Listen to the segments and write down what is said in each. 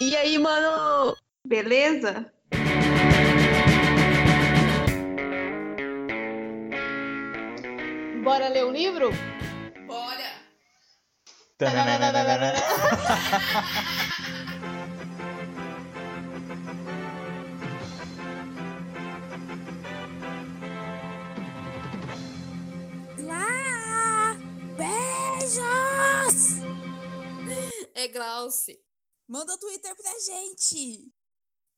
E aí, mano? Beleza? Bora ler o livro? Bora! Lá! Beijos! É Glauce. Manda o Twitter pra gente!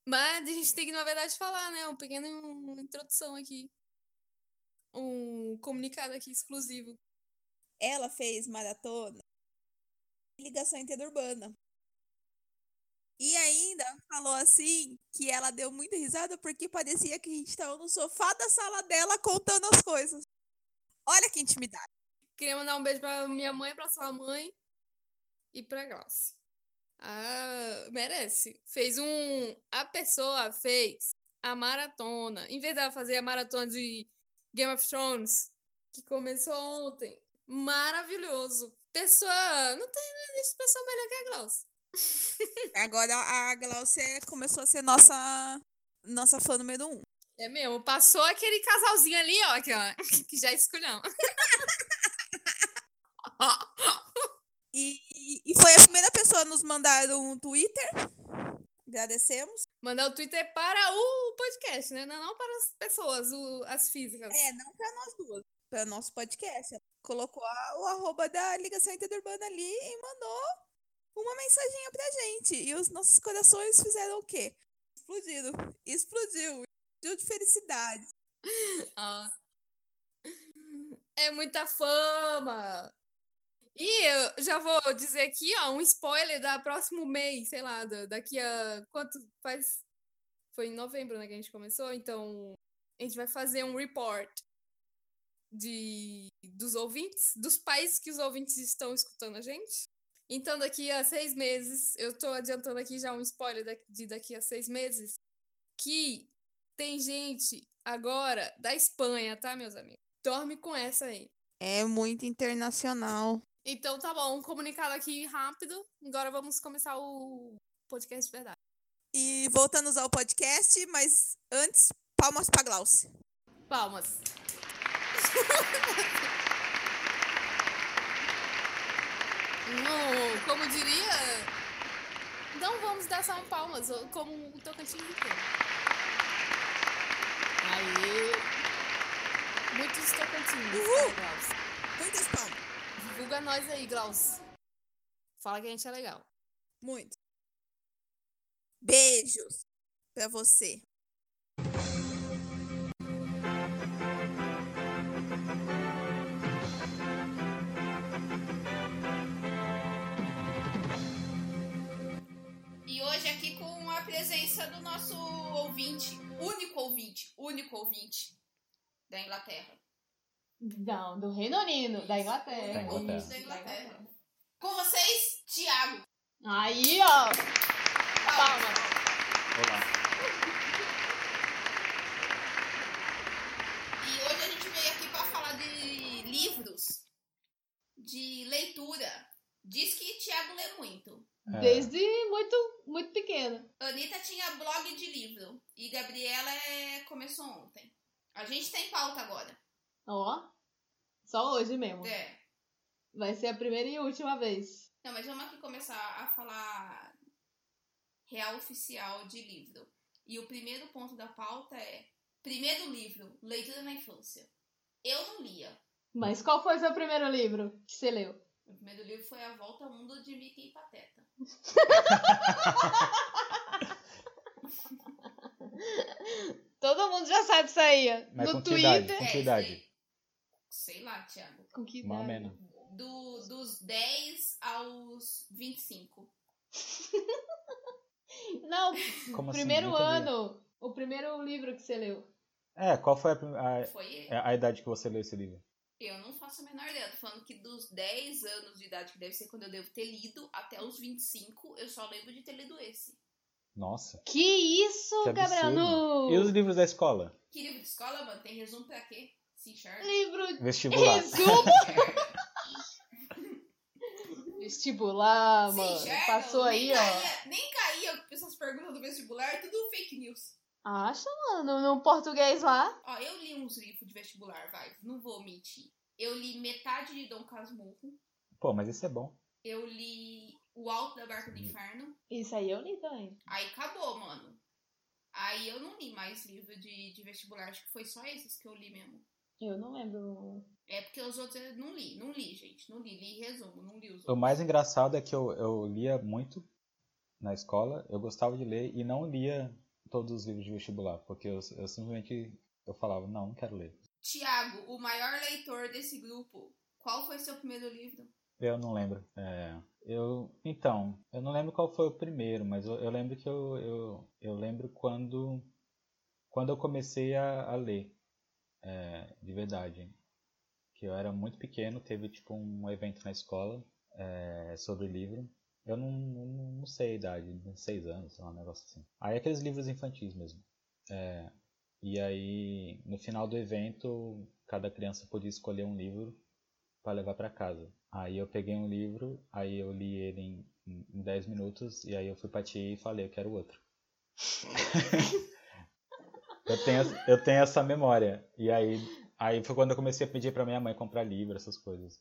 Mas a gente tem que, na verdade, falar, né? Uma pequena um- introdução aqui. Um comunicado aqui exclusivo. Ela fez maratona ligação interurbana. E ainda falou assim que ela deu muita risada porque parecia que a gente tava no sofá da sala dela contando as coisas. Olha que intimidade. Queria mandar um beijo pra minha mãe, pra sua mãe e pra Glauce. Ah, merece. Fez um. A pessoa fez a maratona. Em vez dela fazer a maratona de Game of Thrones, que começou ontem. Maravilhoso. Pessoa. Não tem não existe pessoa melhor que a Glauce. Agora a Glaucia começou a ser nossa, nossa fã número um. É mesmo, passou aquele casalzinho ali, ó, que, ó, que já é esculhão. E, e foi a primeira pessoa a nos mandar um Twitter. Agradecemos. Mandar o Twitter para o podcast, né? Não, não para as pessoas, o- as físicas. É, não para nós duas, para nosso podcast. Ela colocou a- o arroba da Ligação Interurbana ali e mandou uma mensaginha pra gente. E os nossos corações fizeram o quê? Explodiram. Explodiu. Explodiu de felicidade. Ah. É muita fama! E eu já vou dizer aqui, ó, um spoiler da próximo mês, sei lá, da- daqui a quanto faz. Foi em novembro, né, que a gente começou, então a gente vai fazer um report de dos ouvintes, dos países que os ouvintes estão escutando a gente. Então, daqui a seis meses, eu tô adiantando aqui já um spoiler da- de daqui a seis meses, que tem gente agora da Espanha, tá, meus amigos? Dorme com essa aí. É muito internacional. Então tá bom, um comunicado aqui rápido. Agora vamos começar o podcast de verdade. E voltando a usar o podcast, mas antes, palmas pra Glauce. Palmas. Não, como diria, não vamos dar só um palmas, ou como o Tocantins inteiro. Aê! Muitos Tocantins. tá, Uhul! Glaucio. Muitas palmas. Divulga nós aí, Glaucio. Fala que a gente é legal. Muito. Beijos pra você. E hoje aqui com a presença do nosso ouvinte, único ouvinte, único ouvinte da Inglaterra. Não, do Reino Unido, da É, Da Inglaterra. Inglaterra. Isso, Da Inglaterra. Com vocês, Tiago. Aí, ó. Palma. Olá. E hoje a gente veio aqui para falar de livros, de leitura. Diz que Tiago lê muito. Desde muito, muito pequeno. Anitta tinha blog de livro e Gabriela é- começou ontem. A gente tem pauta agora. Ó. Só hoje mesmo. É. Vai ser a primeira e última vez. Não, mas vamos aqui começar a falar real oficial de livro. E o primeiro ponto da pauta é: primeiro livro, leitura na infância. Eu não lia. Mas qual foi seu primeiro livro que você leu? Meu primeiro livro foi A Volta ao Mundo de Mickey e Pateta. Todo mundo já sabe disso aí, ó. É, Mas no com que idade? Twitter. É, Com É, que idade? Sei, sei lá, Thiago. Com que Uma idade? menos. Do, dos 10 aos 25. Não, Como assim? primeiro Nunca vi. ano. O primeiro livro que você leu. É, qual foi a, prim- a- é Foi a, a idade que você leu esse livro? Eu não faço a menor ideia. Tô falando que dos 10 anos de idade, que deve ser quando eu devo ter lido, até os 25, eu só lembro de ter lido esse. Nossa. Que isso, Que Gabriel? absurdo. No E os livros da escola? Que livro de escola, mano? Tem resumo pra quê? Se enxerga. Ah. livro Vestibular. resumo. Vestibular, Se Ah, mano. enxergam, Passou aí, nem ó. caía- Nem caía essas perguntas do vestibular, é tudo fake news. Acha, mano, no português lá. Ó, eu li uns livros de vestibular, vai, não vou mentir. Eu li metade de Dom Casmurro, Pô, mas isso é bom. eu li O Alto da Hum. Barca do Inferno, Isso aí eu li também. aí acabou, mano. Aí eu não li mais livro de, de vestibular, acho que foi só esses que eu li mesmo. Eu não lembro. É porque os outros eu não li, não li, gente. Não li, li resumo, não li os O outros. mais engraçado é que eu, eu lia muito na escola, eu gostava de ler e não lia todos os livros de vestibular, porque eu, eu simplesmente eu falava, não, não quero ler. Tiago, o maior leitor desse grupo, qual foi seu primeiro livro? Eu não lembro. É, eu, então, eu não lembro qual foi o primeiro, mas eu, eu lembro que eu, eu, eu lembro quando, quando eu comecei a, a ler, é, de verdade. Que eu era muito pequeno, teve tipo um evento na escola é, sobre livro. Eu não, não, não sei a idade, seis anos, sei lá, um negócio assim. Aí aqueles livros infantis mesmo. É, e aí, no final do evento, cada criança podia escolher um livro para levar para casa. Aí eu peguei um livro, aí eu li ele em, em em 10 minutos, e aí eu fui pra tia e falei, eu quero outro. eu, tenho, essa- eu tenho essa memória. E aí, aí foi quando eu comecei a pedir pra minha mãe comprar livro, essas coisas.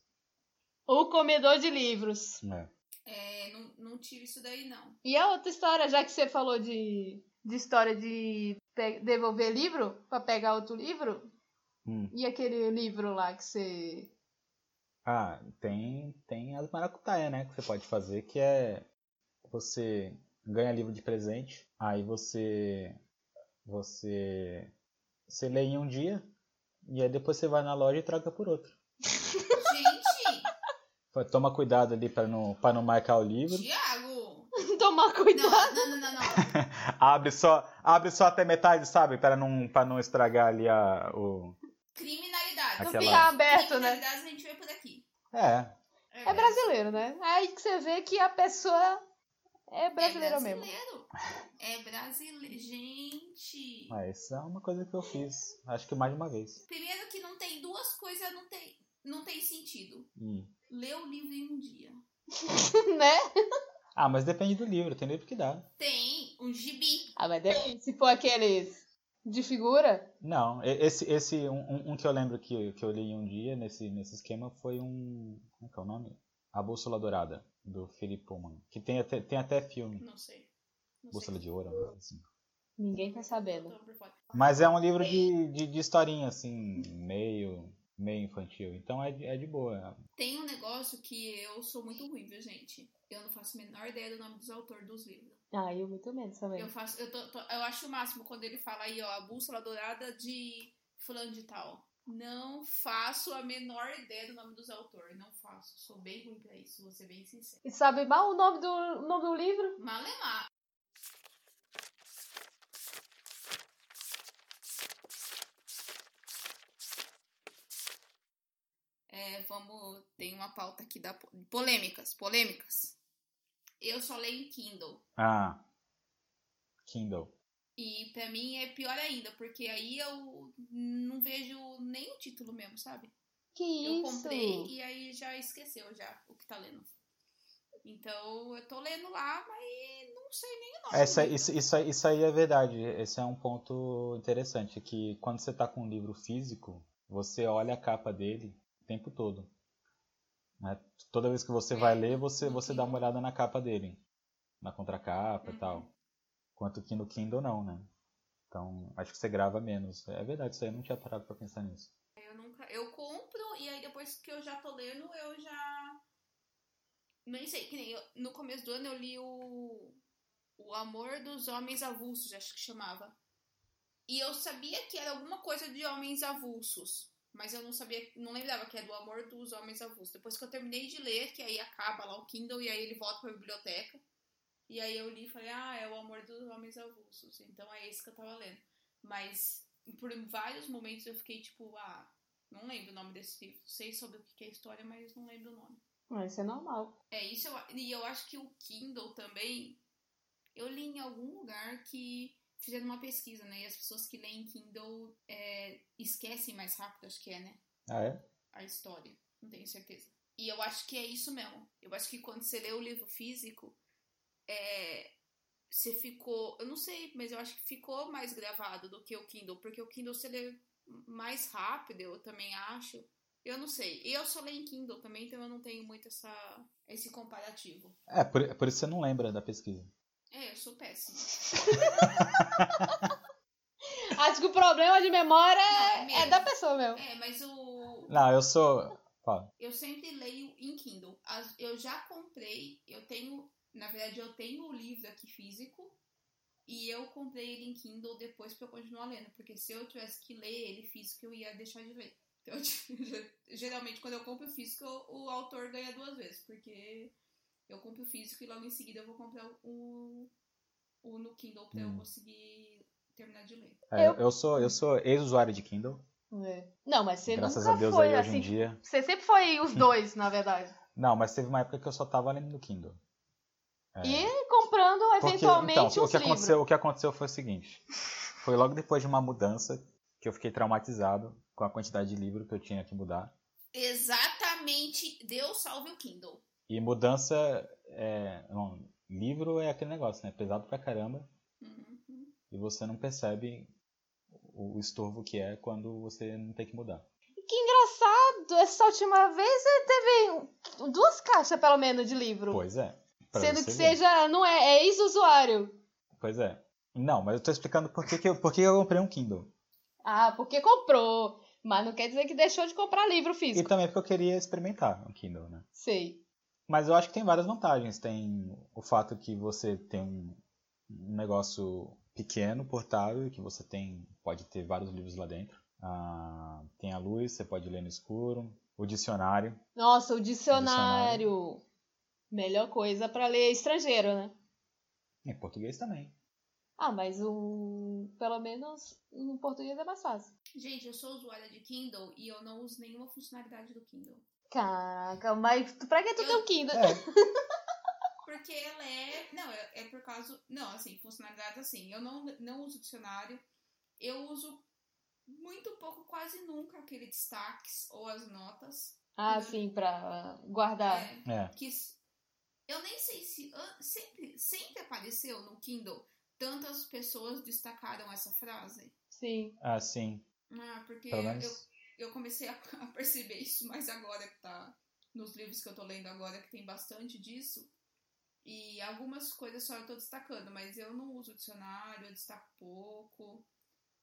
O comedor de livros. É. É, não, não tive isso daí, não. E a outra história, já que você falou de, de história de pe- devolver livro pra pegar outro livro, Hum. e aquele livro lá que você. Ah, tem, tem as maracutaia, né? Que você pode fazer, que é você ganha livro de presente, aí você você você lê em um dia e aí depois você vai na loja e troca por outro. Gente, Fa- Toma cuidado ali pra não, pra não marcar o livro. Tiago! Tomar Não, cuidado. não, não, não, não. Abre só, abre só até metade, sabe? Pra não, pra não estragar ali a, o. Criminalidade. Aquela- Fica aberto, né? Criminalidades a gente vê por aqui. É, É brasileiro, né? Aí que você vê que a pessoa é brasileira é mesmo. brasileiro. É brasileiro. Gente. mas isso é uma coisa que eu fiz. Acho que mais de uma vez. Primeiro que não tem duas coisas, não tem, não tem sentido. Hum. Ler o livro em um dia. né? Ah, mas depende do livro, tem livro que dá. Tem um gibi. Ah, mas deve- se for aqueles de figura, Não, e- esse, esse um, um- um que eu lembro que, que eu li um dia nesse, nesse esquema foi um. Como é que é o nome? A Bússola Dourada, do Philip Pullman. Que tem até, tem até filme. Não sei. Não Bússola sei. de Ouro, uma coisa assim. ninguém tá sabendo. Tô por fora. Mas é um livro de, de, de historinha, assim, meio, meio infantil. Então é, de- é de boa. Tem um negócio que eu sou muito ruim, viu, gente? Eu não faço a menor ideia do nome dos autores dos livros. Ah, eu muito menos também. Eu faço, eu, tô- tô- eu acho o máximo quando ele fala aí, ó, a bússola dourada de fulano de tal. Não faço a menor ideia do nome dos autores, não faço. Sou bem ruim pra isso, vou ser bem sincera. E sabe mal o nome do, o nome do livro? Malemar. É, vamos. Tem uma pauta aqui da po- polêmicas, polêmicas. Eu só leio em Kindle. Ah, Kindle. E pra mim é pior ainda, porque aí eu não vejo nem o título mesmo, sabe? Que Eu isso? comprei e aí já esqueceu já o que tá lendo. Então eu tô lendo lá, mas não sei nem o nome. Essa, isso, isso, aí- isso aí é verdade. Esse é um ponto interessante, que quando você tá com um livro físico, você olha a capa dele o tempo todo. né? Toda vez que você vai ler, você, no você dá uma Kindle. olhada na capa dele. Na contracapa e Uhum. tal. Quanto que no Kindle não, né? Então, acho que você grava menos. É verdade, isso aí eu não tinha parado pra pensar nisso. Eu nunca. Eu compro e aí depois que eu já tô lendo, eu já. Nem sei, que nem eu- no começo do ano eu li o. O Amor dos Homens Avulsos, acho que chamava. E eu sabia que era alguma coisa de homens avulsos. Mas eu não sabia, não lembrava que era do amor dos homens avulsos. Depois que eu terminei de ler, que aí acaba lá o Kindle e aí ele volta pra biblioteca. E aí eu li e falei, ah, é o amor dos homens avulsos. Então é esse que eu tava lendo. Mas por vários momentos eu fiquei tipo, ah, não lembro o nome desse livro. Sei sobre o que que é a história, mas não lembro o nome. Ah, isso é normal. É isso, eu a- e eu acho que o Kindle também. Eu li em algum lugar que fizeram uma pesquisa, né? E as pessoas que leem Kindle é, esquecem mais rápido, acho que é, né? Ah, é? A história. Não tenho certeza. E eu acho que é isso mesmo. Eu acho que quando você lê o livro físico, é, você ficou. Eu não sei, mas eu acho que ficou mais gravado do que o Kindle, porque o Kindle você lê mais rápido, eu também acho. Eu não sei. E eu só leio em Kindle também, então eu não tenho muito essa, esse comparativo. É, por, por isso você não lembra da pesquisa. É, eu sou péssima. Acho que o problema de memória Não, é é, mesmo. da pessoa mesmo. É, mas o. Não, eu sou. Fala. Eu sempre leio em Kindle. As- Eu já comprei, eu tenho, na verdade, eu tenho o livro aqui físico e eu comprei ele em Kindle depois pra eu continuar lendo, porque se eu tivesse que ler ele físico, eu ia deixar de ler. Então, geralmente, quando eu compro o físico, o autor ganha duas vezes, porque eu compro o físico e logo em seguida eu vou comprar o, o no Kindle pra eu Hum. conseguir terminar de ler. É, Eu- eu... sou, eu sou ex-usuário de Kindle. É. Não, mas você graças nunca a Deus foi aí hoje assim. em dia. Você sempre foi os dois, na verdade. Não, mas teve uma época que eu só tava lendo no Kindle. É. E comprando Porque, eventualmente então, uns o que, livros. aconteceu, o que aconteceu foi o seguinte. Foi logo depois de uma mudança que eu fiquei traumatizado com a quantidade de livro que eu tinha que mudar. Exatamente, Deus salve o Kindle. E mudança é. não, livro é aquele negócio, né? Pesado pra caramba. Uhum. E você não percebe o o estorvo que é quando você não tem que mudar. Que engraçado, essa última vez você teve um- duas caixas, pelo menos, de livro. Pois é. pra Sendo você que ver. seja, não é, é ex-usuário. Pois é. Não, mas eu tô explicando por que, que, eu, por que eu comprei um Kindle. Ah, porque comprou. Mas não quer dizer que deixou de comprar livro E físico. também é porque eu queria experimentar um Kindle, né? Sei. Mas eu acho que tem várias vantagens. Tem o fato que você tem um um negócio pequeno, portável, que você tem pode ter vários livros lá dentro. Ah, tem a luz, você pode ler no escuro. O dicionário. Nossa, o dicionário. Melhor coisa pra ler estrangeiro, né? Em português também. Ah, mas o. Pelo menos em português é mais fácil. Gente, eu sou usuária de Kindle e eu não uso nenhuma funcionalidade do Kindle. Caraca, mas tu- pra que tu Eu- tem um Kindle? É, Porque ela é. Não, é, é por causa. Não, assim, funcionalidade assim. Eu não, não uso dicionário. Eu uso muito pouco, quase nunca, aquele destaques ou as notas. Ah, sim, pra guardar. É, é. que s- eu nem sei se an- sempre, sempre apareceu no Kindle tantas pessoas destacaram essa frase. Sim. Ah, sim. Ah, porque Pelo eu, menos. eu comecei a, a perceber isso mais agora que tá nos livros que eu tô lendo agora, que tem bastante disso. E algumas coisas só eu tô destacando, mas eu não uso dicionário, eu destaco pouco.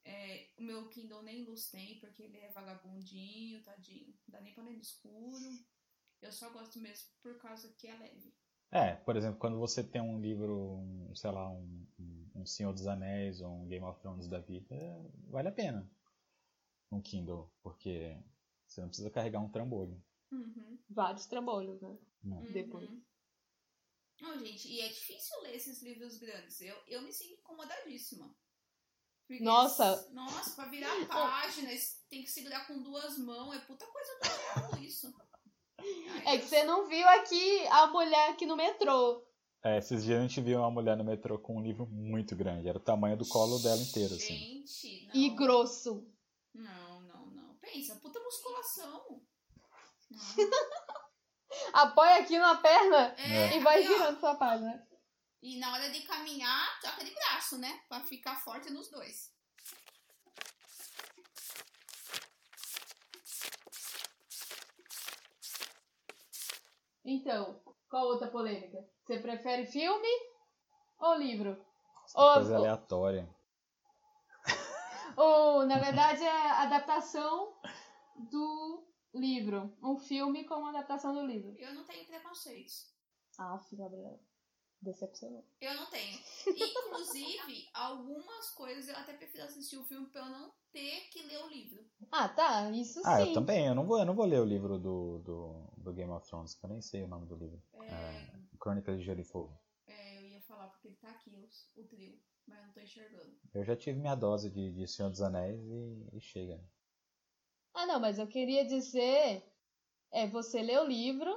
É, o meu Kindle nem luz tem, porque ele é vagabundinho, tadinho. Não dá nem pra ler no escuro. Eu só gosto mesmo por causa que é leve. É, por exemplo, quando você tem um livro, um, sei lá, um, um- um Senhor dos Anéis ou um Game of Thrones da vida, vale a pena um Kindle, porque você não precisa carregar um trambolho. Uhum. Vários trambolhos, né? Depois. Uhum. Não, gente, e é difícil ler esses livros grandes. Eu, eu me sinto incomodadíssima. Porque, Nossa. Nossa, pra virar páginas, tem que segurar com duas mãos. É puta coisa do diabo isso. Ai, É que eu- você não viu aqui a mulher aqui no metrô. É, esses dias a gente viu uma mulher no metrô com um livro muito grande, era o tamanho do colo dela inteiro, assim. Gente, não. E grosso. Não, não, não. Pensa, puta musculação. Não. É. Apoia aqui na perna É, e vai aí, ó, girando sua página. E na hora de caminhar, troca de braço, né? Pra ficar forte nos dois. Então, qual outra polêmica? Você prefere filme ou livro? Essa Ô, coisa ô. aleatória. Ou, na verdade, é a adaptação do livro. Um filme com uma adaptação do livro. Eu não tenho preconceitos. Ah, Gabriel. Decepcionou. Eu não tenho. Inclusive, algumas coisas eu até prefiro assistir o filme pra eu não ter que ler o livro. Ah, tá. Isso Ah, sim. eu também, eu não vou, eu não vou ler o livro do, do, do Game of Thrones, que eu nem sei o nome do livro. É, Crônicas de Gelo e Fogo. é, eu ia falar porque ele tá aqui, os- o trio, mas eu não tô enxergando. Eu já tive minha dose de, de Senhor dos Anéis e, e chega. Ah, não, mas eu queria dizer... É, você lê o livro,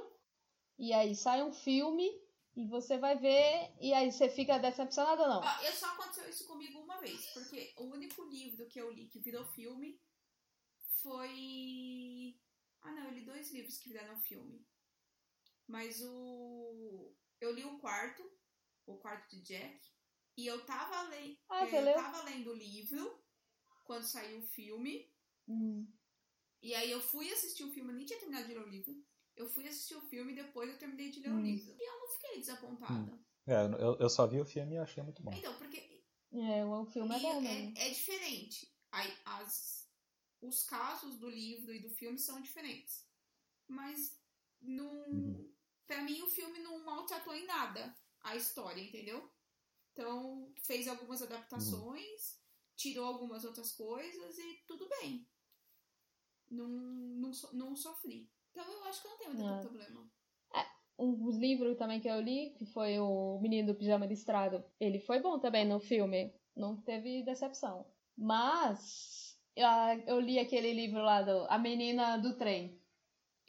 e aí sai um filme, e você vai ver, e aí você fica decepcionado ou não? Ó, eu só aconteceu isso comigo uma vez, porque o único livro que eu li que virou filme foi. Ah, não, eu li dois livros que viraram filme. Mas o. Eu li o quarto, o quarto de Jack, e eu tava lendo. Ah, você É, eu leu? tava lendo o livro quando saiu o filme. Hum, E aí eu fui assistir o filme, eu nem tinha terminado de ler o livro. Eu fui assistir o filme e depois eu terminei de ler o Hum. livro. E eu não fiquei desapontada. É, eu, eu só vi o filme e achei Hum. muito bom. Então, porque É, o o filme é E bom, né? é, é diferente. Aí, as, os casos do livro e do filme são diferentes. Mas não. Pra mim o filme não maltratou em nada a história, entendeu? Então fez algumas adaptações, tirou algumas outras coisas e tudo bem. Não, não, so- não sofri. Então eu acho que eu não tenho Não. tanto problema. um livro também que eu li, que foi o Menino do Pijama Listrado. Ele foi bom também no filme, não teve decepção. Mas ah, eu li aquele livro lá do A Menina do Trem.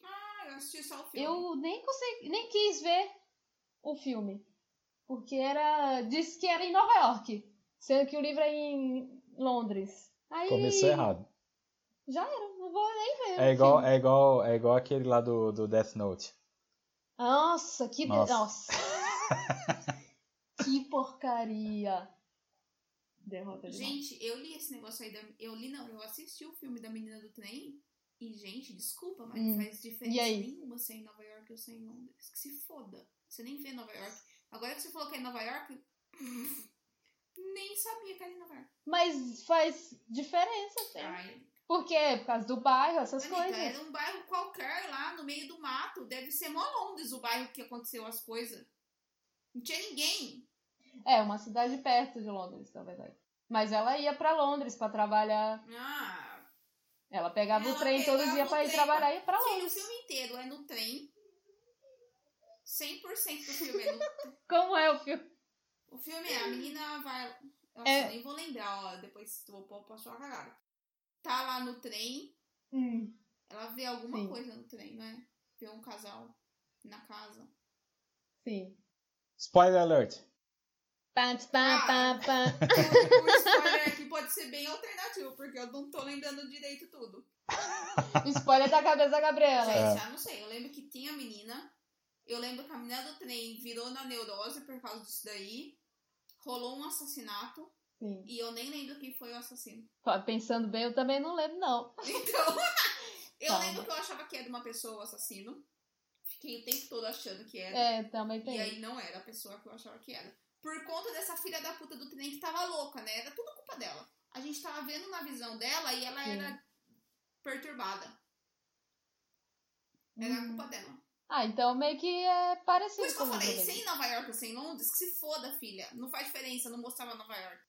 Ah, eu assisti só o filme. Eu nem consegui, nem quis ver o filme, porque era disse que era em Nova York, sendo que o livro é em Londres. Aí Começou errado. Já era, não vou nem ver. É o igual, filme. é igual, é igual aquele lá do, do Death Note. Nossa, que de- Nossa. nossa. que porcaria. Derrota de Gente, eu li esse negócio aí da. Eu li, não, eu assisti o filme da menina do trem. E, gente, desculpa, mas Hum. não faz E diferença aí? nenhuma ser em Nova York ou ser em Londres. Que se foda. Você nem vê Nova York. Agora que você falou que é em Nova York. Nem sabia que era em Nova York. Mas faz diferença, sim. Ai, Por quê? Por causa do bairro, essas Amiga, coisas. era um bairro qualquer lá no meio do mato. Deve ser mó Londres o bairro que aconteceu as coisas. Não tinha ninguém. É, uma cidade perto de Londres, na verdade. Mas ela ia pra Londres pra trabalhar. Ah, Ela pegava o Ela trem todo pegava dia o pra ir trem trabalhar e ia pra Sim, o Londres. filme inteiro é no trem. 100% do filme é no Como é o filme? O filme é, a menina vai. Nossa, É. eu nem vou lembrar, ó. Depois vou pôr posso falar cagada. Tá lá no trem, Hum, ela vê alguma Sim. coisa no trem, né? Vê um casal na casa. sim. Spoiler alert! Pá, pá, Ah. pá, pá. Eu- O É um spoiler aqui pode ser bem alternativo, porque eu não tô lembrando direito tudo. Spoiler da cabeça da Gabriela. Gente, É. já não sei. Eu lembro que tinha a menina. Eu lembro que a menina do trem virou na neurose por causa disso daí. Rolou um assassinato. Sim. E eu nem lembro quem foi o assassino. Pô, Pensando bem, eu também não lembro, não. Então, eu Tá. lembro que eu achava que era uma pessoa o assassino. Fiquei o tempo todo achando que era. É, também e tem. aí não era a pessoa que eu achava que era. Por conta dessa filha da puta do trem que tava louca, né? Era tudo culpa dela. A gente tava vendo na visão dela e ela Sim. era perturbada. Era Uhum. é culpa dela. Ah, então meio que é parecido Por isso que com eu o livro falei, dele. sem Nova York ou sem Londres, que se foda, filha. Não faz diferença, não mostrava Nova York.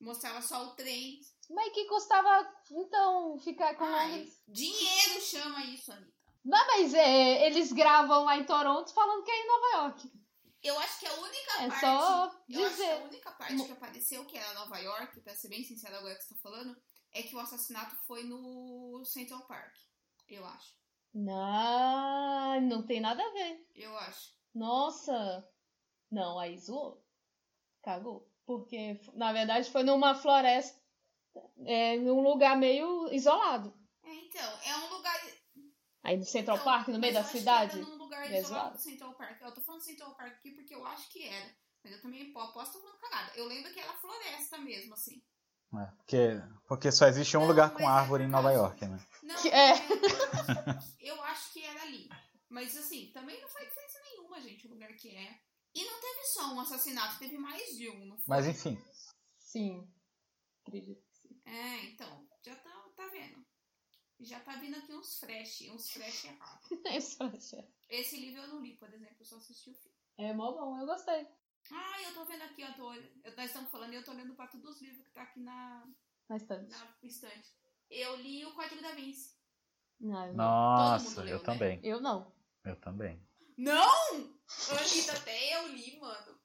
Mostrava só o trem. Mas que custava, então, ficar com Ai, Londres. dinheiro chama isso, Anitta. Não, mas é, eles gravam lá em Toronto falando que é em Nova York. Eu acho que a única É parte só Eu acho que a dizer. única parte que apareceu, que era Nova York, pra ser bem sincera agora que você tá falando, é que o assassinato foi no Central Park. Eu acho. Não, não tem nada a ver. Eu acho. Nossa. Não, aí zoou. Cagou. Porque, na verdade, foi numa floresta, é, num lugar meio isolado. É, então, é um lugar. Aí no Central então, Park, no meio mas da eu acho que cidade. Era num lugar É isolado zoado. do Central Park. Eu tô falando Central Park aqui porque eu acho que era. Mas eu também pô, posso estar falando cagada. Eu lembro que era floresta mesmo, assim. É, porque, porque só existe um Não, lugar mas com é árvore em Nova verdade. York, né? Não, Que- é. eu acho que era ali. Mas assim, também não faz diferença nenhuma, gente, o lugar que é. E não teve só um assassinato, teve mais de um, não foi? Mas enfim, Sim. Acredito que sim. É, então, já tá, tá vendo. Já tá vindo aqui uns fresh, uns fresh errados. É só achar. Esse livro eu não li, por exemplo, eu só assisti o filme. É mó bom, eu gostei. Ah, eu tô vendo aqui, eu tô olhando. eu- Nós estamos falando e eu tô olhando pra todos os livros que tá aqui na, Mas tá. tanto. na estante. Eu li o Código da Vinci. Não, eu não. nossa, leu, eu né? também. Eu não. Eu também. Não! Anitta, até eu li, mano.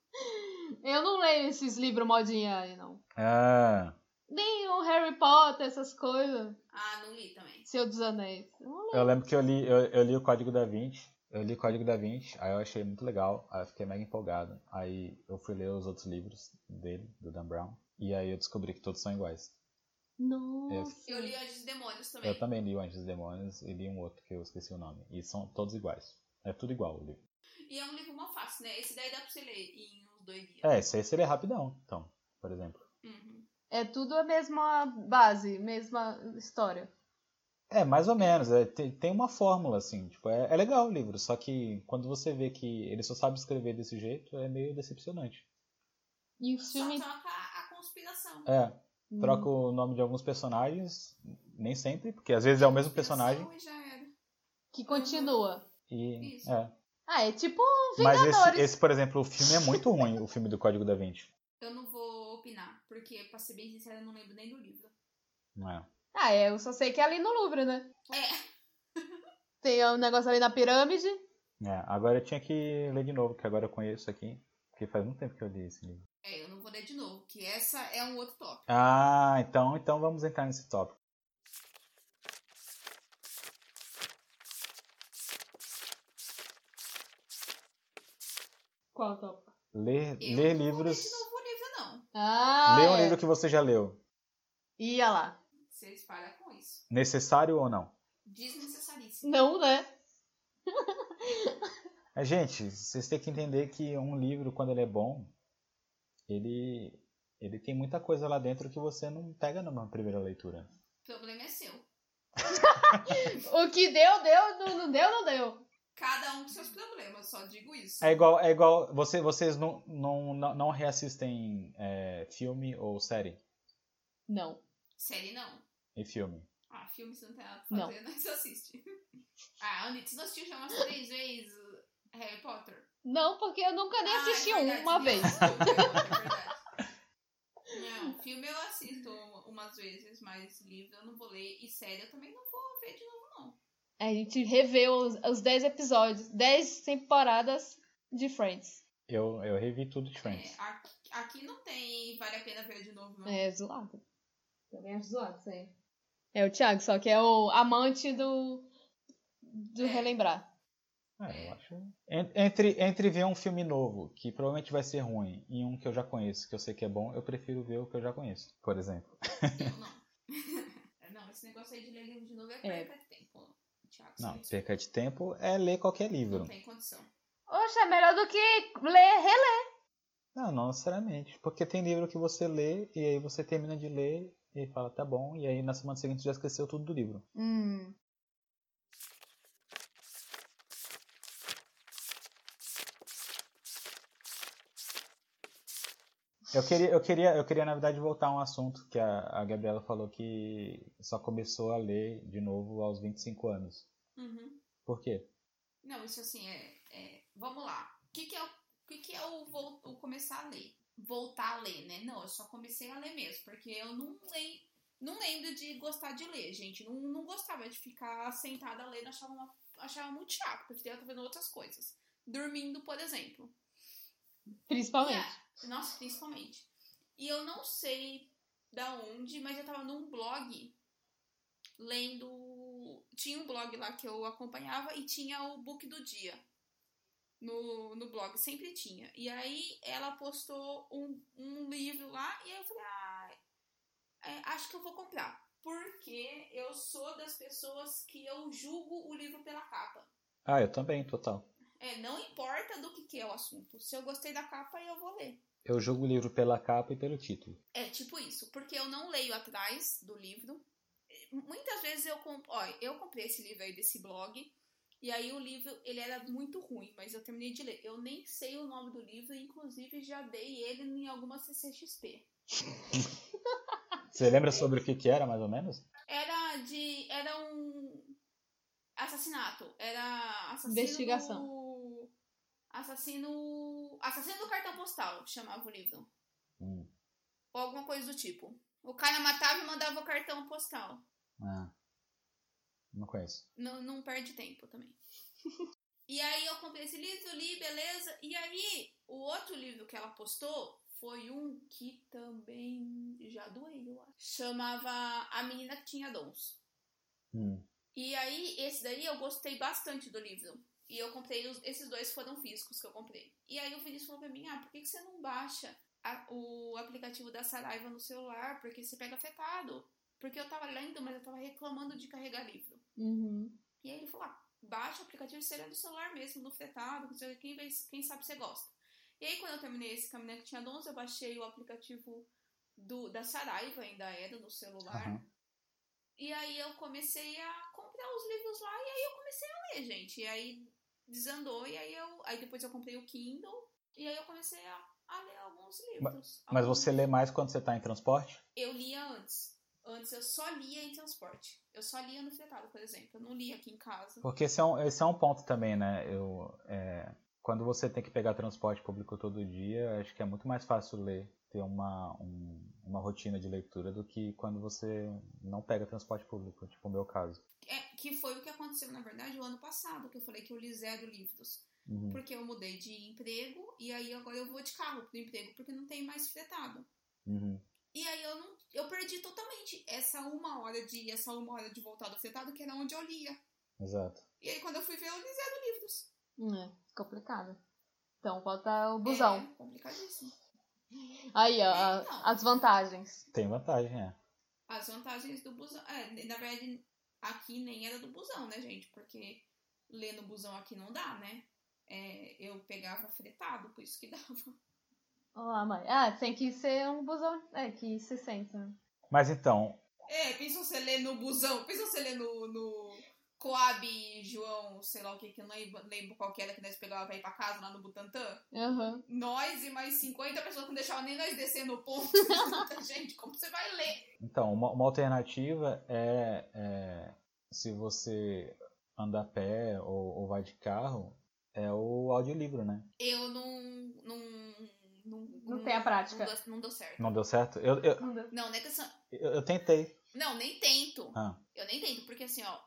Eu não leio esses livros modinha aí, não. Ah, Nem o Harry Potter, essas coisas. Ah, não li também. Seu dos Anéis. Eu não eu lembro que eu li, eu, eu li o Código da Vinci. Eu li o Código da Vinci, aí eu achei muito legal, aí eu fiquei mega empolgado. Aí eu fui ler os outros livros dele, do Dan Brown, e aí eu descobri que todos são iguais. Nossa. Eu li Anjos e Demônios também. Eu também li o Anjos e Demônios e li um outro que eu esqueci o nome. E são todos iguais. É tudo igual o livro. E é um livro mó fácil, né? Esse daí dá pra você ler em uns dois dias. É, esse aí seria rapidão, então, por exemplo. Uhum. É tudo a mesma base, mesma história. É, mais ou menos. é, tem, tem uma fórmula, assim. Tipo, é, é legal o livro, só que quando você vê que ele só sabe escrever desse jeito, é meio decepcionante. E os Só filmes. troca a conspiração. É, Hum, Hum. troca o nome de alguns personagens, nem sempre, porque às vezes é o mesmo personagem. Conspiração e já era. Que continua. E, Isso. é. Ah, é tipo Mas Vingadores. esse, esse, por exemplo, o filme é muito ruim, o filme do Código da Vinci. Eu não vou opinar, porque, pra ser bem sincera, eu não lembro nem do livro. Não é? Ah, é, eu só sei que é ali no Louvre, né? É, Tem um negócio ali na pirâmide. É, agora eu tinha que ler de novo, que agora eu conheço aqui. Porque faz muito tempo que eu li esse livro. é, eu não vou ler de novo, que essa é um outro tópico. Ah, então, então vamos entrar nesse tópico. Qual tópico? Ler, Eu ler não livros. Vou ler de novo o livro, não. Ah, Ler um é. livro que você já leu. Ia lá. Vocês param com isso. Necessário ou não? Desnecessaríssimo. Não, né? É, gente, vocês têm que entender que um livro, quando ele é bom, ele, ele tem muita coisa lá dentro que você não pega numa primeira leitura. O problema é seu. O que deu, deu. Não, não deu, não deu. Cada um com seus problemas, só digo isso. É igual, é igual você, vocês não, não, não, não reassistem é, filme ou série. Não. Série não. E filme. Ah, filme você não tem nada pra fazer, nós assiste. ah, Anitta, você não assistiu já umas três vezes Harry Potter? Não, porque eu nunca nem Ah, é assisti um, verdade, uma não, vez. é verdade. Não, filme eu assisto umas vezes, mas livro eu não vou ler. E série eu também não vou ver de novo. É, A gente reveu os, os 10 episódios, 10 temporadas de Friends. Eu, eu revi tudo de É, Friends. aqui, aqui não tem vale a pena ver de novo, não. É zoado. Também acho zoado isso aí. É o Thiago, só que é o amante do. do É. relembrar. É, eu acho. En- Entre, entre ver um filme novo, que provavelmente vai ser ruim, e um que eu já conheço, que eu sei que é bom, eu prefiro ver o que eu já conheço, por exemplo. Eu não. não, esse negócio aí de ler livro de novo é perda de tempo. Thiago, Não, você perca de tempo é ler qualquer livro. não tem condição. Oxe, é melhor do que ler, reler. Não, não necessariamente. Porque tem livro que você lê e aí você termina de ler e fala, tá bom, e aí na semana seguinte já esqueceu tudo do livro. Hum. Eu queria, eu queria, eu queria na verdade voltar a um assunto que a, a Gabriela falou que só começou a ler de novo aos 25 anos. Uhum. Por quê? Não, isso assim é. é- vamos lá. O que, que é, o, o que, que é o, vol- o começar a ler? Voltar a ler, né? Não, eu só comecei a ler mesmo, porque eu não leio. Não lembro de gostar de ler, gente. Não, não gostava de ficar sentada lendo, achava, uma- achava muito chato, porque eu queria estar fazendo outras coisas. Dormindo, por exemplo. Principalmente. E a- Nossa, principalmente. E eu não sei da onde, mas eu tava num blog lendo. Tinha um blog lá que eu acompanhava e tinha o book do dia. No, no blog, sempre tinha. E aí ela postou um, um livro lá e eu falei, ah, é, acho que eu vou comprar. Porque eu sou das pessoas que eu julgo o livro pela capa. Ah, eu também, total. É, não importa do que, que é o assunto. Se eu gostei da capa, eu vou ler. Eu jogo o livro pela capa e pelo título. É tipo isso, porque eu não leio atrás do livro. É, Muitas vezes eu compro, ó, eu comprei esse livro aí desse blog, e aí o livro, ele era muito ruim, mas eu terminei de ler. Eu nem sei o nome do livro, inclusive já dei ele em alguma CCXP. Você lembra sobre o que que era, mais ou menos? Era de, era um assassinato, era assassino Investigação. do- assassino, assassino do cartão postal, chamava o livro. Hum, ou alguma coisa do tipo. O cara matava e mandava o cartão postal. ah, não conheço. Não, não perde tempo também. e aí eu comprei esse livro, li, beleza. E aí, o outro livro que ela postou foi um que também já doei, eu acho. Chamava A Menina que Tinha Dons. Hum, E aí, esse daí eu gostei bastante do livro. E eu comprei, os- esses dois foram físicos que eu comprei. E aí o Vinícius falou pra mim, ah, por que, que você não baixa a- o aplicativo da Saraiva no celular? Porque você pega afetado. Porque eu tava lendo, mas eu tava reclamando de carregar livro. Uhum. E aí ele falou, ah, baixa o aplicativo e você lê no celular mesmo, no fretado, não sei o que, quem, vê- quem sabe você gosta. E aí, quando eu terminei esse Caminhão que tinha 11, eu baixei o aplicativo do, da Saraiva, ainda era no celular. Aham. E aí eu comecei a comprar os livros lá e aí eu comecei a ler, gente. E aí desandou, e aí eu. Aí depois eu comprei o Kindle e aí eu comecei a, a ler alguns livros. Mas Alguns. você lê mais quando você tá em transporte? Eu lia antes. Antes eu só lia em transporte. Eu só lia no fretado, por exemplo. Eu não lia aqui em casa. Porque esse é um, esse é um ponto também, né? Eu, é, quando você tem que pegar transporte público todo dia, acho que é muito mais fácil ler, ter uma, um- uma rotina de leitura do que quando você não pega transporte público, tipo o meu caso. É, que foi o que aconteceu, na verdade, o ano passado, que eu falei que eu li zero livros. Uhum. Porque eu mudei de emprego e aí agora eu vou de carro pro emprego, porque não tem mais fretado. Uhum. E aí eu não, eu perdi totalmente essa uma hora de ir, essa uma hora de voltar do fretado, que era onde eu lia. Exato. E aí quando eu fui ver, eu li zero livros. É, complicado. Então, falta o busão. É complicadíssimo. Aí, ó, É, a- então. as vantagens. Tem vantagem, é. As vantagens do busão. É, na verdade, aqui nem era do busão, né, gente? Porque ler no busão aqui não dá, né? É, eu pegava fretado, por isso que dava. Olá, mãe. Ah, tem que ser um busão. É, que se sente. né? Mas então, É, pensa você ler no busão, pensa você ler no, no Coab João, sei lá o que, que eu não lembro, lembro qual que era que nós pegava pra ir pra casa lá no Butantã. Aham. Nós e mais 50 pessoas que não deixavam nem nós descer no ponto. Tanta gente, como você vai ler? então uma, uma alternativa é, é se você anda a pé ou, ou vai de carro, é o audiolivro, né? Eu não. Não, não, Não tem a prática. Não deu, não deu certo. Não deu certo? Eu, eu, Não deu. Não, não é questão. eu, eu tentei. Não, nem tento. Ah. Eu nem tento, porque assim, ó,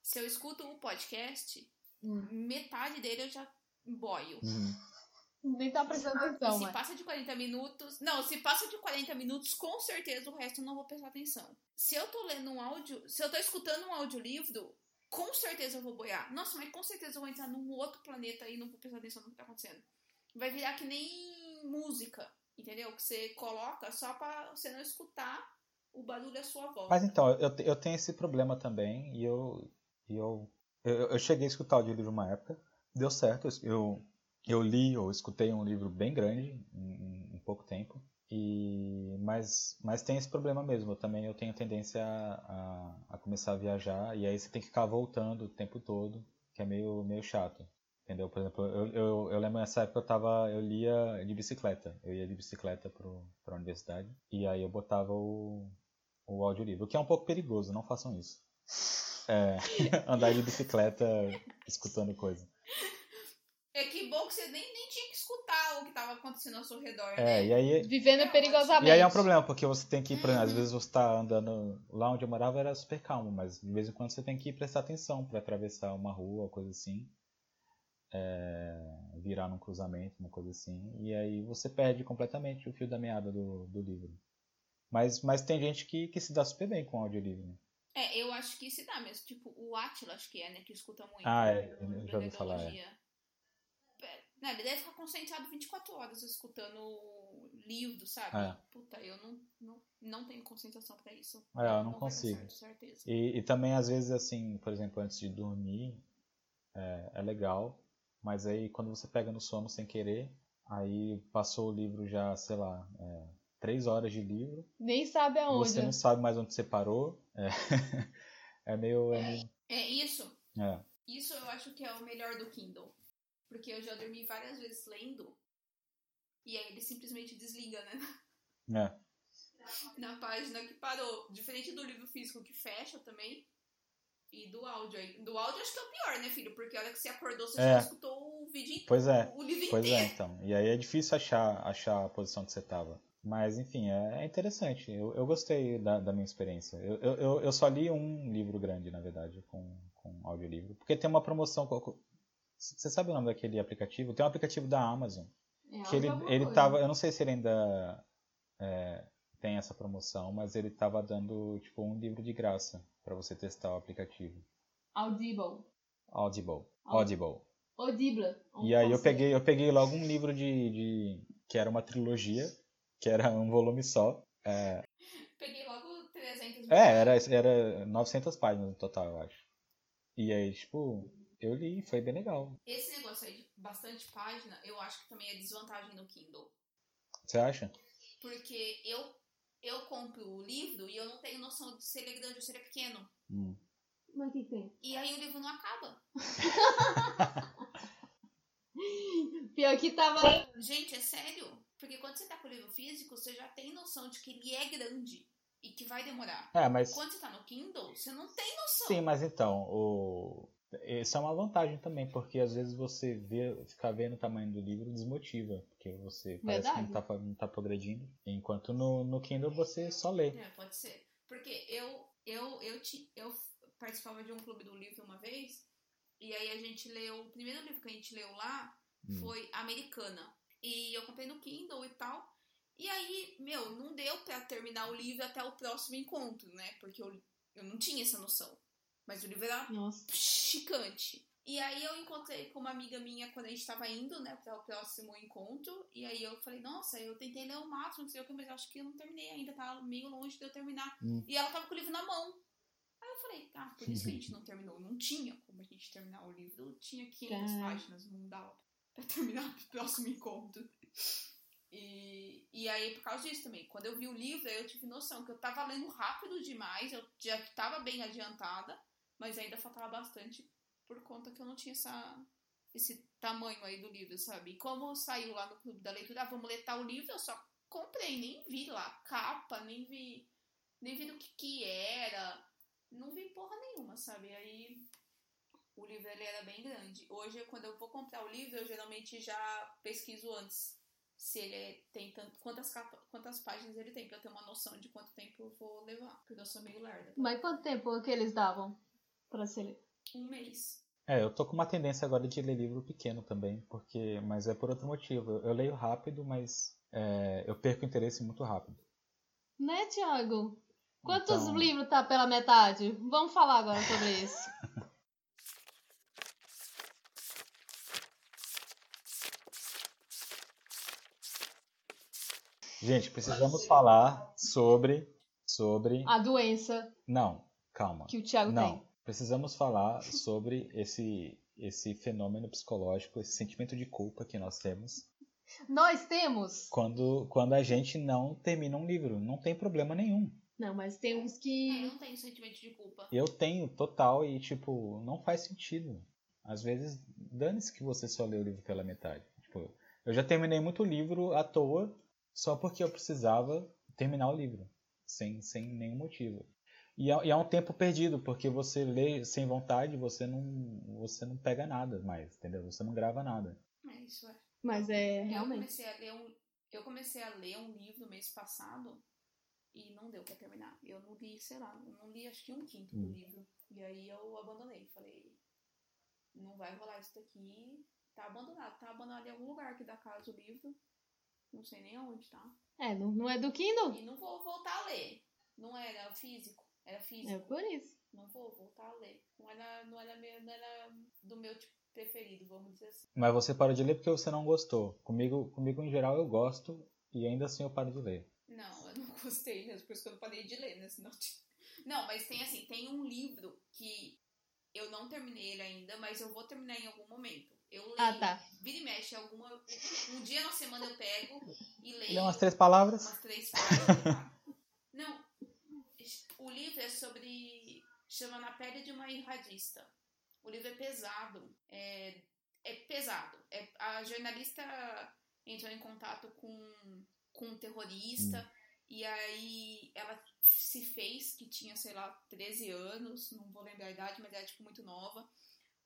se eu escuto o podcast, Hum. metade dele eu já boio. Uhum. Nem tá prestando atenção, se é. mãe. passa de 40 minutos. Não, se passa de 40 minutos, com certeza o resto eu não vou prestar atenção. Se eu tô lendo um áudio. Se eu tô escutando um audiolivro, com certeza eu vou boiar. Nossa, mas com certeza eu vou entrar num outro planeta e não vou prestar atenção no que tá acontecendo. Vai virar que nem música, entendeu? Que você coloca só pra você não escutar o barulho da sua voz. Mas então, eu, te- eu tenho esse problema também, e eu, e eu, eu, eu cheguei a escutar audiolivro uma época, deu certo, eu, eu li ou escutei um livro bem grande em, em pouco tempo, e, mas, mas tem esse problema mesmo, eu também eu tenho tendência a, a, a começar a viajar, e aí você tem que ficar voltando o tempo todo, que é meio, meio chato. Entendeu? Por exemplo, eu, eu, eu lembro nessa época eu tava. Eu lia de bicicleta. Eu ia de bicicleta pro, pra universidade. E aí eu botava o, o audiolivro, o que é um pouco perigoso, não façam isso. É, andar de bicicleta escutando coisa. É que bom que você nem, nem tinha que escutar o que tava acontecendo ao seu redor, É, né? e aí, Vivendo É, perigosamente. e aí é um problema, porque você tem que, por exemplo, às Uhum. vezes você tá andando. Lá onde eu morava era super calmo, mas de vez em quando você tem que prestar atenção para atravessar uma rua, coisa assim. É, virar num cruzamento, uma coisa assim. E aí você perde completamente o fio da meada do, do livro. Mas, mas tem gente que, que se dá super bem com audiolivro. né? É, eu acho que se dá mesmo. Tipo, o Atila, acho que é, né? Que escuta muito. né, Ah, é, eu já ouvi falar, é. Bibliologia. É, Né, ele deve ficar concentrado 24 horas escutando livro, sabe? É. Puta, eu não, não, não tenho concentração pra isso. É, eu não vai dar consigo. certo, certeza. E, e também, às vezes, assim, por exemplo, antes de dormir, é, é legal, mas aí quando você pega no sono sem querer, aí passou o livro já, sei lá, é, três horas de livro, Nem sabe aonde. você não sabe mais onde você parou, é, é meio. É meio É isso. é. Isso eu acho que é o melhor do Kindle. Porque eu já dormi várias vezes lendo. E aí ele simplesmente desliga, né? É. na página que parou. Diferente do livro físico que fecha também. E do áudio aí. Do áudio acho que é o pior, né, filho? Porque a hora que você acordou, você É. já escutou o vídeo inteiro. Pois é, O livro pois é, inteiro. então. E aí é difícil achar, achar a posição que você tava. Mas, enfim, é, é interessante. Eu, eu gostei da, da minha experiência. Eu, eu, eu- eu só li um livro grande, na verdade, com, com audiolivro. Porque tem uma promoção. co- co- C- Você sabe o nome daquele aplicativo? Tem um aplicativo da Amazon. É, que ele, alguma ele coisa. tava. Eu não sei se ele ainda é, tem essa promoção, mas ele tava dando, tipo, um livro de graça para você testar o aplicativo. Audible. Audible. Audi- Audible. Audible. E aí eu Nossa. peguei, eu peguei logo um livro de, de- que era uma trilogia, que era um volume só. Peguei logo 300 É, era, era 900 páginas no total, eu acho. E aí, tipo, Eu li, foi bem legal. Esse negócio aí de bastante página, eu acho que também é desvantagem do Kindle. Você acha? Porque eu, eu compro o livro e eu não tenho noção de se ele é grande ou se ele é pequeno. Hum. Mas o que tem? E aí o livro não acaba. Pior que tava. Gente, é sério. Porque quando você tá com o livro físico, você já tem noção de que ele é grande e que vai demorar. É, mas. Quando você tá no Kindle, você não tem noção. Sim, mas então, o... essa é uma vantagem também, porque às vezes você vê, ficar vendo o tamanho do livro desmotiva, porque você parece que não Verdade. tá, fa- não tá progredindo. Enquanto no, no Kindle você só lê. É, pode ser. Porque eu, eu, eu, ti- eu participava de um clube do livro uma vez, e aí a gente leu. O primeiro livro que a gente leu lá Hum. foi Americana. E eu comprei no Kindle e tal. E aí, meu, não deu pra terminar o livro até o próximo encontro, né? Porque eu, eu não tinha essa noção. Mas o livro era Nossa. chicante. E aí eu encontrei com uma amiga minha quando a gente tava indo, né, para o próximo encontro. E aí eu falei, nossa, eu tentei ler o máximo, não sei o que, mas eu acho que eu não terminei ainda, tá meio longe de eu terminar. Hum. E ela tava com o livro na mão. Aí eu falei, ah, por isso que a gente não terminou. Não tinha como a gente terminar o livro, tinha 500 Tá. páginas, não dava pra terminar pro próximo encontro. E, e aí, por causa disso também, quando eu vi o livro, aí eu tive noção que eu tava lendo rápido demais, eu já tava bem adiantada mas ainda faltava bastante por conta que eu não tinha essa, esse tamanho aí do livro, sabe? E como saiu lá no clube da leitura, ah, vamos ler tal livro, eu só comprei, nem vi lá a capa, nem vi, nem vi do que que era, não vi porra nenhuma, sabe? Aí o livro ele era bem grande. Hoje, quando eu vou comprar o livro, eu geralmente já pesquiso antes se ele é- tem tanto, quantas, capa, quantas páginas ele tem, pra eu ter uma noção de quanto tempo eu vou levar, porque eu sou meio lerda. Mas quanto tempo que eles davam pra se ler? Um mês. É, eu tô com uma tendência agora de ler livro pequeno também, porque, mas é por outro motivo. Eu, eu leio rápido, mas é, eu perco o interesse muito rápido. Né, Tiago? Quantos Então- livros tá pela metade? Vamos falar agora sobre isso. Gente, precisamos falar sobre. Sobre. A doença Não, calma. que o Tiago Não, tem. precisamos falar sobre esse, esse fenômeno psicológico, esse sentimento de culpa que nós temos Nós temos. quando, quando a gente não termina um livro. Não tem problema nenhum. Não, mas tem uns É, eu que. não tenho sentimento de culpa. Eu tenho total e, tipo, não faz sentido. Às vezes, dane-se que você só lê o livro pela metade. Tipo, eu já terminei muito livro à toa só porque eu precisava terminar o livro, sem, sem nenhum motivo. E é, e é um tempo perdido, porque você lê sem vontade, você não, você não pega nada mais, entendeu? Você não grava nada. É isso, é. Mas é Eu realmente. comecei, a ler um, eu comecei a ler um livro mês passado e não deu pra terminar. Eu não li, sei lá, eu não li acho que um quinto do Hum. livro. E aí eu abandonei. Falei, não vai rolar isso daqui. Tá abandonado. Tá abandonado em algum lugar aqui da casa o livro. Não sei nem onde tá. É, não, não é do Kindle? E não vou voltar a ler. Não era físico. Era físico. É por isso. Não vou voltar a ler. Não era, não era, meu, não era do meu tipo preferido, vamos dizer assim. Mas você parou de ler porque você não gostou. Comigo, comigo em geral, eu gosto e ainda assim eu paro de ler. Não, eu não gostei mesmo, por isso que eu não parei de ler, né? Senão eu tinha- Não, mas tem assim, tem um livro que eu não terminei ele ainda, mas eu vou terminar em algum momento. Eu leio, Ah, tá. vira e mexe, alguma, um dia na semana eu pego e leio Lê umas três palavras. umas três páginas. tá? não, o livro é sobre, chama Na Pele de uma Irradista. O livro é pesado, é, é pesado. É, a jornalista entrou em contato com, com um terrorista e aí ela se fez que tinha, sei lá, 13 anos, não vou lembrar a idade, mas era tipo muito nova.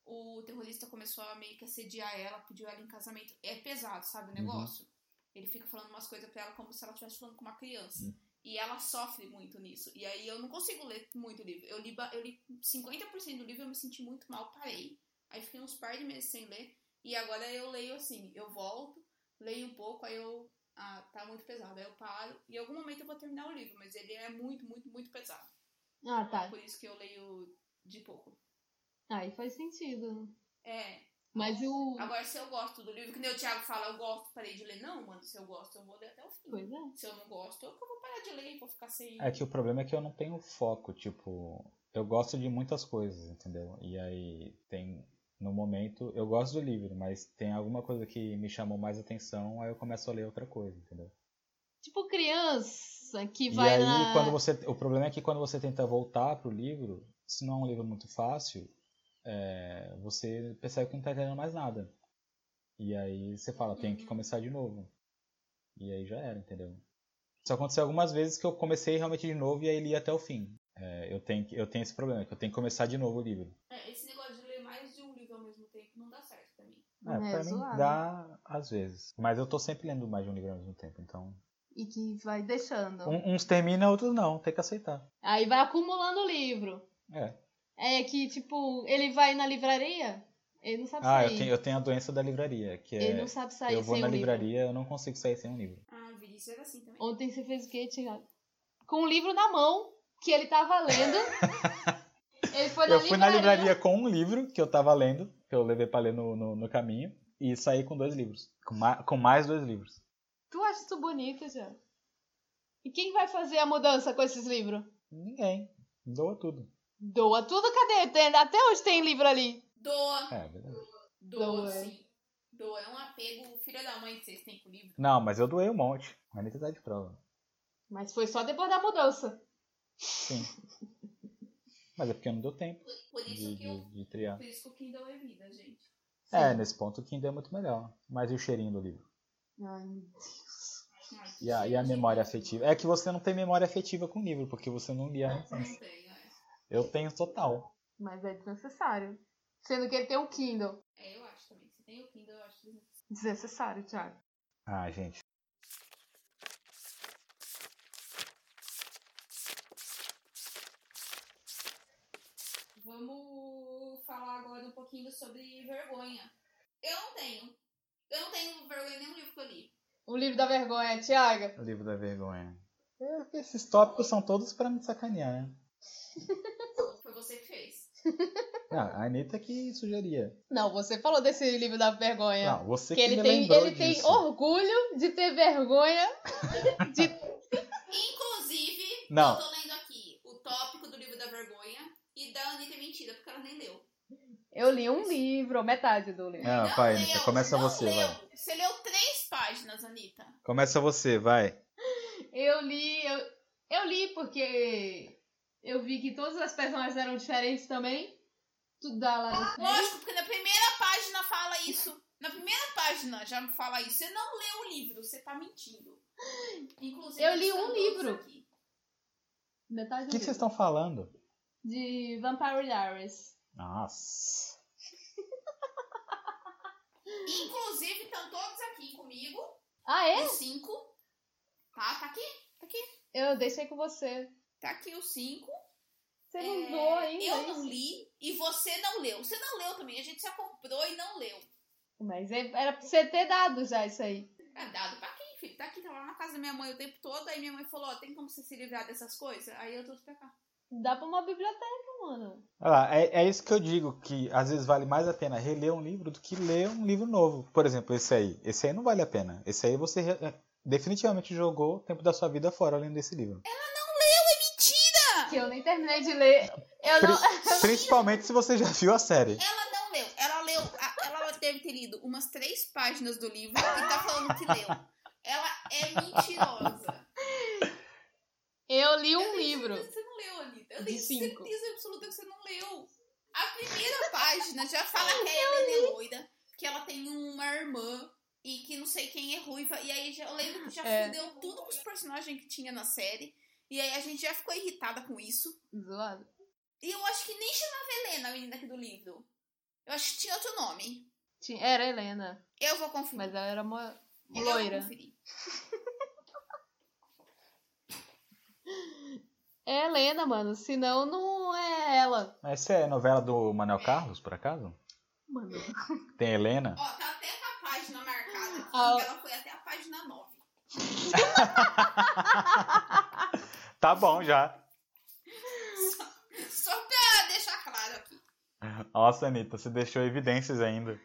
O terrorista começou a meio que assediar ela, pediu ela em casamento. É pesado, sabe o Uhum. negócio? Ele fica falando umas coisas pra ela como se ela estivesse falando com uma criança. Uhum. E ela sofre muito nisso. E aí eu não consigo ler muito livro. Eu li, ba- eu li 50% do livro, eu me senti muito mal, parei. Aí fiquei uns par de meses sem ler. E agora eu leio assim, eu volto, leio um pouco, aí eu. Ah, tá muito pesado. Aí eu paro. E em algum momento eu vou terminar o livro, mas ele é muito, muito, muito pesado. Ah, tá. Por isso que eu leio de pouco. Aí faz sentido. É. Mas o. Agora, se eu gosto do livro, que nem o Thiago fala, eu gosto, parei de ler. Não, mano, se eu gosto, eu vou ler até o fim. Pois é. Se eu não gosto, eu que vou parar de ler e vou ficar sem. É que o problema é que eu não tenho foco, tipo, eu gosto de muitas coisas, entendeu? E aí tem no momento, eu gosto do livro, mas tem alguma coisa que me chamou mais atenção, aí eu começo a ler outra coisa, entendeu? Tipo criança que E vai aí, na... quando você. O problema é que quando você tenta voltar pro livro, se não é um livro muito fácil, é, você percebe que não tá entendendo mais nada. E aí você fala, tem Uhum. que começar de novo. E aí já era, entendeu? Isso aconteceu algumas vezes que eu comecei realmente de novo e aí li até o fim. É, eu, tenho, que- eu tenho esse problema, que eu tenho que começar de novo o livro. É, esse negócio de ler mais de um livro ao mesmo tempo não dá certo pra mim. É, É, pra mim zoado. dá às vezes. Mas eu tô sempre lendo mais de um livro ao mesmo tempo, então. E que vai deixando. Um- uns termina, outros não, tem que aceitar. Aí vai acumulando o livro. É. É que, tipo, ele vai na livraria, ele não sabe Ah, sair. eu tenho, eu tenho a doença da livraria, que é. Então, assim Ele não sabe sair eu vou tá sem na o livro. livraria, eu não consigo sair sem um livro. Ah, a Vinícius era assim também. Ontem você fez o quê, Thiago? Com o livro na mão, que ele tava lendo. ele foi na eu fui livraria. na livraria com um livro que eu tava lendo, que eu levei pra ler no, no, no caminho, e saí com dois livros. Com, ma- com mais dois livros. Tu acha isso bonito, Thiago? E quem vai fazer a mudança com esses livros? Ninguém. Doa tudo. Doa tudo, cadê? Tem- até hoje tem livro ali. Doa, É, beleza. doa, Doa. sim. Doa é um apego, filha da mãe que vocês têm com o livro. Não, mas eu doei um monte. Mas nem precisa de prova. Mas foi só depois da mudança. Sim. mas é porque não deu tempo Por isso de, que eu. de, de triar. Por isso que o Kindle é vida, gente. É, Sim. nesse ponto o Kindle é muito melhor. Mas e o cheirinho do livro? Ai, Ai, que E a, e a gente, memória que- afetiva? É que você não tem memória afetiva com o livro, porque você não lia. antes. Não tem, é. Eu tenho total. mas é desnecessário. Sendo que ele tem um Kindle. É, eu acho também. Se tem o Kindle, eu acho que Desnecessário, Thiago. Ah, gente. Vamos falar agora um pouquinho sobre vergonha. Eu não tenho. Eu não tenho vergonha em nenhum livro que eu li. O Um livro da vergonha, Thiago. O livro da vergonha. É, esses tópicos são todos pra me sacanear, né? Foi você que fez. Ah, a Anitta que sugeria. Não, você falou desse livro da vergonha. Não, você É, que que, ele me tem, lembrou ele tem disso. orgulho de ter vergonha. Inclusive, Não. eu tô lendo aqui o tópico do livro da vergonha e da Anitta é mentira, porque ela nem leu. Eu li um livro, ou metade do livro. Ah, Não vai, leu, Anitta, começa não você, leu. vai. Você leu três páginas, Anitta. Começa você, vai. Eu li, eu, eu li porque eu vi que todas as personagens eram diferentes também. Tudo da lá da série. Lógico, porque na primeira página fala isso. Na primeira página já fala isso. Você não leu o livro, você tá mentindo. Inclusive, Eu li estão um todos livro. aqui. Metade O do que, que livro. vocês estão falando? De Vampire Diaries. Nossa. Inclusive, estão todos aqui comigo. Ah, é? Os cinco. Tá, tá aqui. Eu deixei com você. Tá aqui os cinco. Você não É, doou ainda. Eu hein? não li e você não leu. Você não leu também. A gente se comprou e não leu. Mas é- era pra você ter dado já isso aí. É dado pra quem, filho? Tá aqui, tá lá na casa da minha mãe o tempo todo. Aí minha mãe falou, ó, tem como você se livrar dessas coisas? Aí eu trouxe pra cá. Dá pra uma biblioteca, mano. Olha lá, é, é isso que eu digo, que às vezes vale mais a pena reler um livro do que ler um livro novo. Por exemplo, esse aí. Esse aí não vale a pena. Esse aí você re- é, definitivamente jogou o tempo da sua vida fora lendo esse livro. Que eu nem terminei de ler. Eu Pri- não. Principalmente se você já viu a série. Ela não leu. Ela leu. a- Ela deve ter lido umas três páginas do livro e tá falando que leu. Ela é mentirosa. Eu li Eu um tenho livro. certeza que Você não leu, Anitta. Eu De tenho cinco. certeza absoluta que você não leu. A primeira página já fala que a Helena é loira, que ela tem uma irmã e que não sei quem é ruiva. E aí já, eu lembro que já É. fudeu tudo com os personagens que tinha na série. E aí a gente já ficou irritada com isso. Zoado. E eu acho que nem chamava Helena, a menina aqui do livro. Eu acho que tinha outro nome. Tinha- Era Helena, Eu vou conferir. mas ela era uma Eu vou loira. conferir. É Helena, mano. Senão não é ela. Essa é a novela do Manuel Carlos, por acaso? Mano. Tem Helena? Ó, tá até com a página marcada aqui. Ah. Ela foi até a página 9. Tá bom já. Só pra deixar claro aqui. Nossa, Anitta, você deixou evidências ainda.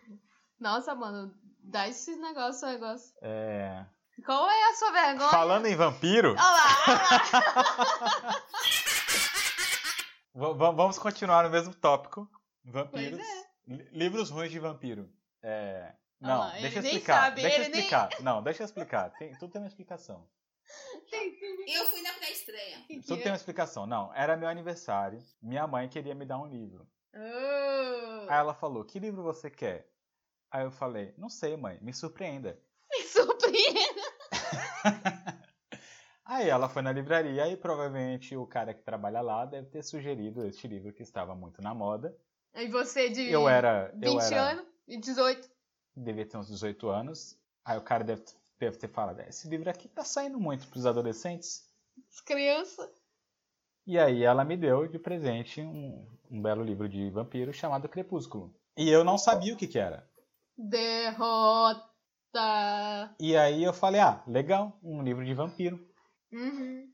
Nossa, mano. Dá esse negócio, esse negócio. É. Qual é a sua vergonha? Falando em vampiro, Olha lá. va- va- vamos continuar no mesmo tópico. Vampiros. Pois é. Li- Livros ruins de vampiro. É, Ah Não, lá, ele deixa eu nem explicar. sabe, deixa eu ele nem- explicar. Não, deixa eu explicar. Tem- tudo tem uma explicação. Eu fui na pré-estreia. Que que Tudo tem uma explicação. Não, era meu aniversário. Minha mãe queria me dar um livro. Oh, Aí ela falou: Que livro você quer? Aí eu falei: Não sei, mãe, me surpreenda. me surpreende. Aí ela foi na livraria e provavelmente o cara que trabalha lá deve ter sugerido este livro que estava muito na moda. E você de Eu era. 20 eu era, anos e 18. Devia ter uns 18 anos. Aí o cara deve, deve ter falado: Esse livro aqui tá saindo muito pros adolescentes. as Criança. E aí ela me deu de presente um, um belo livro de vampiro chamado Crepúsculo. E eu não sabia o que, que era. Derrota. E aí eu falei, ah, legal, um livro de vampiro. Uhum.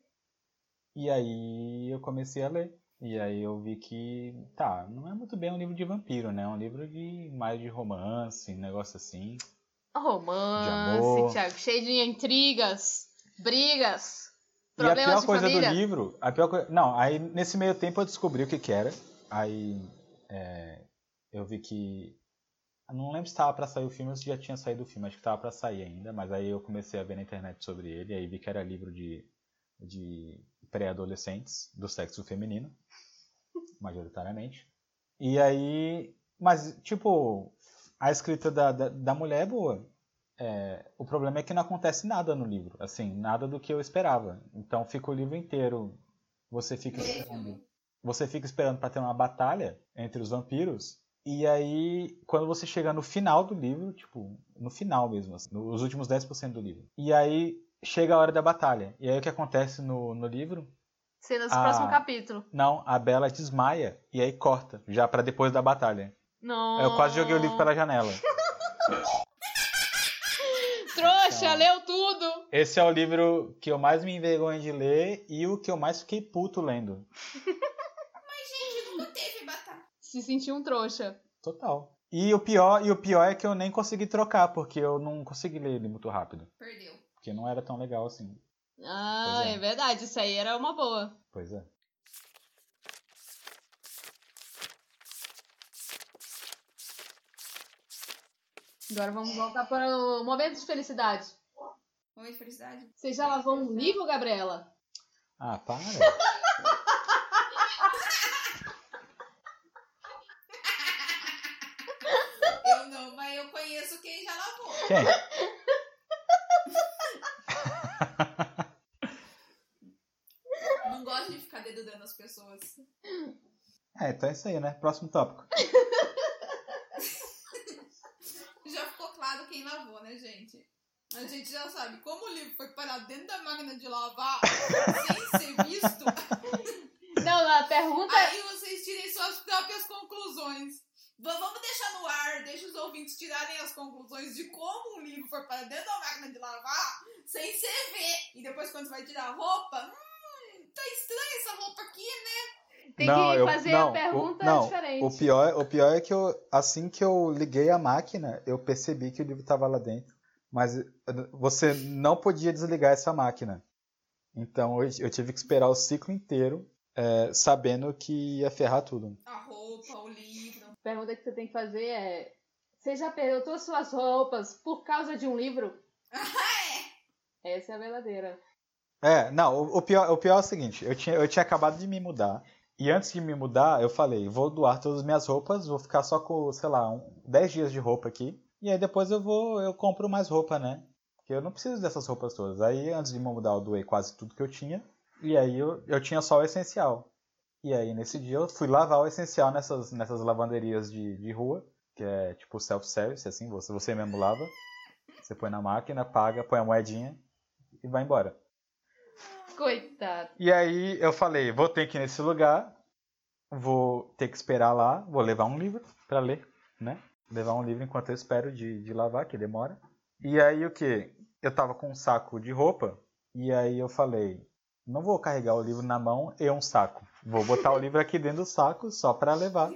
E aí eu comecei a ler. E aí eu vi que, tá, não é muito bem um livro de vampiro, né? É um livro de mais de romance, um negócio assim. amor. Romance, Thiago. Cheio de intrigas, brigas, e a pior problemas de coisa família. do livro, a pior coisa. Não, aí nesse meio tempo eu descobri o que que era. Aí é, eu vi que. eu Não lembro se estava pra sair o filme ou se já tinha saído o filme, acho que estava pra sair ainda, mas aí eu comecei a ver na internet sobre ele, aí vi que era livro de, de pré-adolescentes do sexo feminino, majoritariamente. E aí. Mas, tipo, a escrita da, da, da mulher é boa. É, o problema é que não acontece nada no livro, assim, nada do que eu esperava. Então fica o livro inteiro. Você fica esperando. Você fica esperando para ter uma batalha entre os vampiros. E aí, quando você chega no final do livro, tipo, no final mesmo, assim, nos últimos 10% do livro. E aí chega a hora da batalha. E aí o que acontece no, no livro? Cenas do Ah. próximo capítulo. Não, a Bela desmaia e aí corta, já para depois da batalha. Não. Aí É, Eu quase joguei o livro pela janela. Trouxa, Então. leu tudo! Esse é o livro que eu mais me envergonho de ler e o que eu mais fiquei puto lendo. Nunca teve batalha. Se sentiu um trouxa. Total. E o pior, e o pior é que eu nem consegui trocar, porque eu não consegui ler ele muito rápido. Perdeu. Porque não era tão legal assim. Ah, Pois é. é. verdade, isso aí era uma boa. Pois é. Agora vamos voltar para o momento de felicidade. Momento de felicidade. Você já lavou um livro, Gabriela? Ah, para. Eu não, mas eu conheço quem já lavou. Quem? Não gosto de ficar dedudando as pessoas. É, então é isso aí, né? Próximo tópico. Já ficou claro quem lavou, né, gente? A gente já sabe como o livro foi parar dentro da máquina de lavar sem ser visto. Não, a pergunta é. Aí vocês tirem suas próprias conclusões. Va- Vamos deixar no ar, deixa os ouvintes tirarem as conclusões de como um livro foi para dentro da máquina de lavar sem você ver. E depois, quando você vai tirar a roupa, hum, tá estranha essa roupa aqui, né? Tem Não, que eu- fazer não, a o- pergunta não, diferente. O pior, o pior é que eu, assim que eu liguei a máquina, eu percebi que o livro estava lá dentro. Mas eh, você não podia desligar essa máquina. Então eu, eu tive que esperar o ciclo inteiro, eh, sabendo que ia ferrar tudo. A roupa, o livro. A pergunta que você tem que fazer é: Você já perdeu todas as suas roupas por causa de um livro? Essa é a verdadeira. É, não, o, o pior, o pior é o seguinte: eu tinha, eu tinha acabado de me mudar. E antes de me mudar, eu falei: vou doar todas as minhas roupas, vou ficar só com, sei lá, um, 10 dias de roupa aqui. E aí depois eu vou, eu compro mais roupa, né? Porque eu não preciso dessas roupas todas. Aí antes de me mudar, eu doei quase tudo que eu tinha. E aí eu, eu tinha só o essencial. E aí nesse dia eu fui lavar o essencial nessas, nessas lavanderias de, de rua, que é tipo self-service, assim, você, você mesmo lava. Você põe na máquina, paga, põe a moedinha e vai embora. Coitado. E aí eu falei, vou ter que ir nesse lugar, vou ter que esperar lá, vou levar um livro pra ler, né? Levar um livro enquanto eu espero de, de lavar, que demora. E aí o que? Eu tava com um saco de roupa, e aí eu falei, não vou carregar o livro na mão e um saco. Vou botar o livro aqui dentro do saco só pra levar.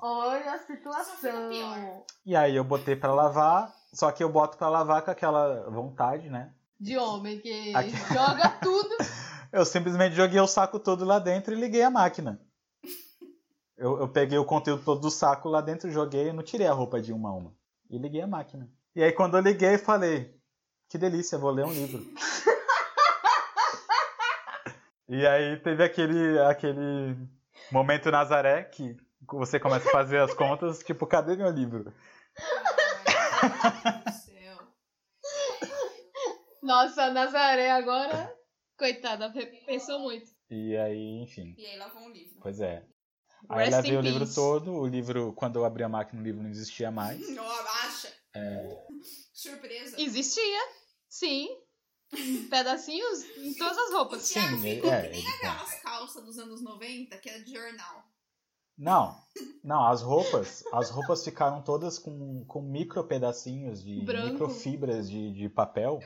Olha a Só fica situação. pior. E aí eu botei pra lavar, só que eu boto pra lavar com aquela vontade, né? De homem que Aqui. joga tudo. Eu simplesmente joguei o saco todo lá dentro e liguei a máquina. Eu, eu peguei o conteúdo todo do saco lá dentro, joguei, eu não tirei a roupa de uma a uma. E liguei a máquina. E aí quando eu liguei, falei, que delícia, vou ler um livro. e aí teve aquele, aquele momento Nazaré que você começa a fazer as contas, tipo, cadê meu livro? Ai, meu Deus do céu. Nossa, a Nazaré agora. Coitada, pe- pensou muito. E aí, enfim, E aí lá vão o livro. pois é. Aí eu Rest levei in o livro peace. todo, o livro, quando eu abri a máquina, o livro não existia mais. Não abaixa. Então, Surpresa. Existia, sim. Pedacinhos em todas as O roupas. Thiago Sim, ficou é, que nem é, aquelas calças dos anos 90, que é de jornal. Não, não, as roupas, as roupas ficaram todas com, com micro pedacinhos de Branco. microfibras de, de papel.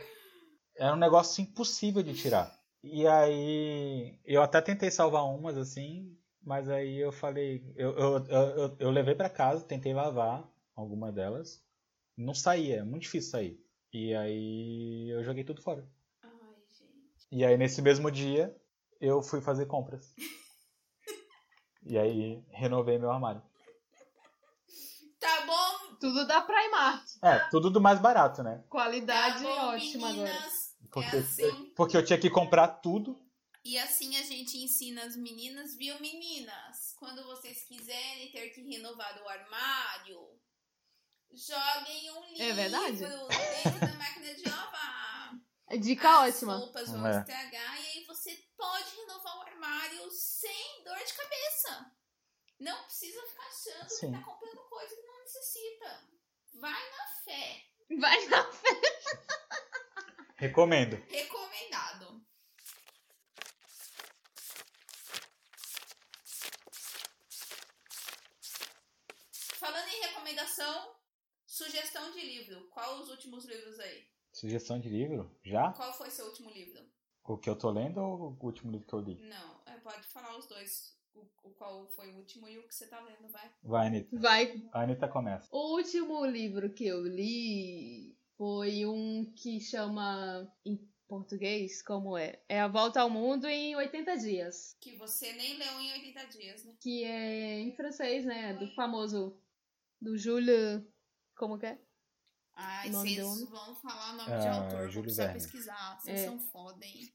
Era um negócio impossível de tirar. E aí eu até tentei salvar umas assim, mas aí eu falei, eu, eu, eu, eu- eu levei pra casa, tentei lavar alguma delas, não saía, é muito difícil sair. E aí eu joguei tudo fora. Ai, gente. E aí, nesse mesmo dia, eu fui fazer compras. e aí, renovei meu armário. Tá bom, Tudo da Primark. É, tudo do mais barato, né? Qualidade tá bom, ótima agora. meninas. Porque, É assim. porque eu tinha que comprar tudo. E assim a gente ensina as meninas, viu, meninas? Quando vocês quiserem ter que renovar o armário, joguem um livro É verdade. dentro da máquina de lavar. Dica As Tá ótima. roupas vão É. estragar e aí você pode renovar o armário sem dor de cabeça. Não precisa ficar achando Sim. que tá comprando coisa que não necessita. Vai na fé. Vai na Recomendo. Recomendado. Falando em recomendação, sugestão de livro. Qual os últimos livros aí? Sugestão de livro? Já? Qual foi seu último livro? O que eu tô lendo ou o último livro que eu li? Não, é, pode falar os dois. O, o qual foi o último e o que você tá lendo, vai. Vai, Anitta. Vai A Anitta começa. O último livro que eu li foi um que chama em português, como é? É A Volta ao Mundo em 80 Dias, Que você nem leu em 80 dias, né? que é em francês, né? Do famoso do Jules, como que é? Ai, O nome do vocês homem? vão falar nome de Ah, autor, vou Júlio precisar Verne. pesquisar. Vocês É. são foda, hein?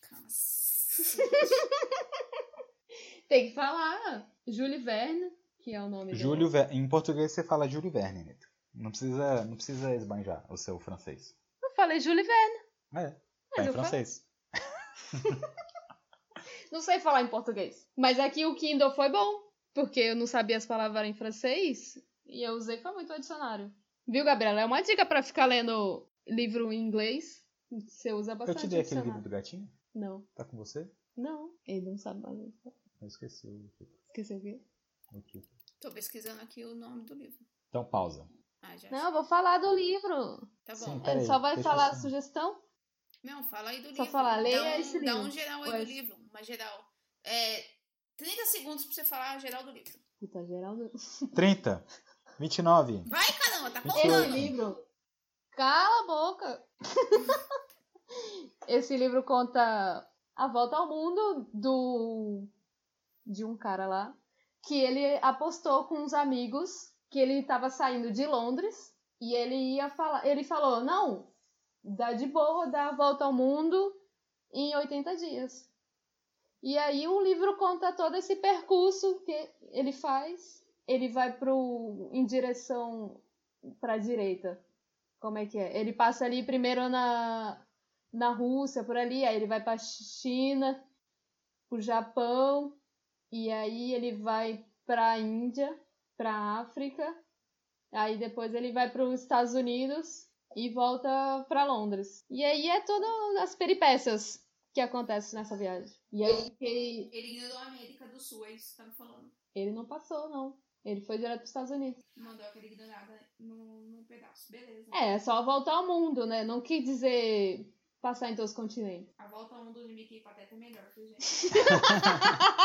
Cacete. Tem que falar Jules Verne, que é o nome do- Júlio Ver... Em português você fala Júlio Verne, Anitta. Não precisa, não precisa esbanjar o seu francês. Eu falei Jules Verne, É, tá Mas em eu falo. francês. não sei falar em português. Mas aqui o Kindle foi bom, porque eu não sabia as palavras em francês e eu usei foi muito o dicionário. Viu, Gabriela? É uma dica pra ficar lendo livro em inglês. Você usa Eu bastante te dei aquele o dicionário. livro do gatinho? Não, Tá com você? não. Ele não sabe mais. isso. Eu esqueci o título. Esqueceu o quê? O título. Tô pesquisando aqui o nome do livro. Então, pausa. Ah, já. Não, eu vou falar do livro. Tá Sim, bom. tá. Peraí, Ele só vai deixa falar eu a só- sugestão? Não, fala aí Só do livro. fala, Dá leia um- esse Dá livro. um geral aí Pois. do livro, uma geral. É, 30 segundos pra você falar a geral do livro. Puta, Geraldo. 30, 29, Vai, caramba, tá Esse Esse contando. livro. Cala a boca! Esse livro conta a volta ao mundo do. de um cara lá. Que ele apostou com uns amigos que ele tava saindo de Londres e ele ia falar. Ele falou: não, dá de boa, dá a volta ao mundo em 80 dias. E aí o livro conta todo esse percurso que ele faz. Ele vai pro, em direção para direita. Como é que é? Ele passa ali primeiro na, na Rússia, por ali, aí ele vai para China, pro Japão, e aí ele vai para Índia, para África, aí depois ele vai para os Estados Unidos e volta para Londres. E aí é todas as peripécias que acontecem nessa viagem. E aí eu fiquei- Ele ignorou a América do Sul, é isso que você tá me falando. ele não passou, não. Ele foi direto para os Estados Unidos. Mandou aquela ignorada no, no pedaço. Beleza. É, é só voltar ao mundo, né? Não quis dizer passar em todos os continentes. A volta ao mundo de Mickey e Pateta é melhor, viu, gente?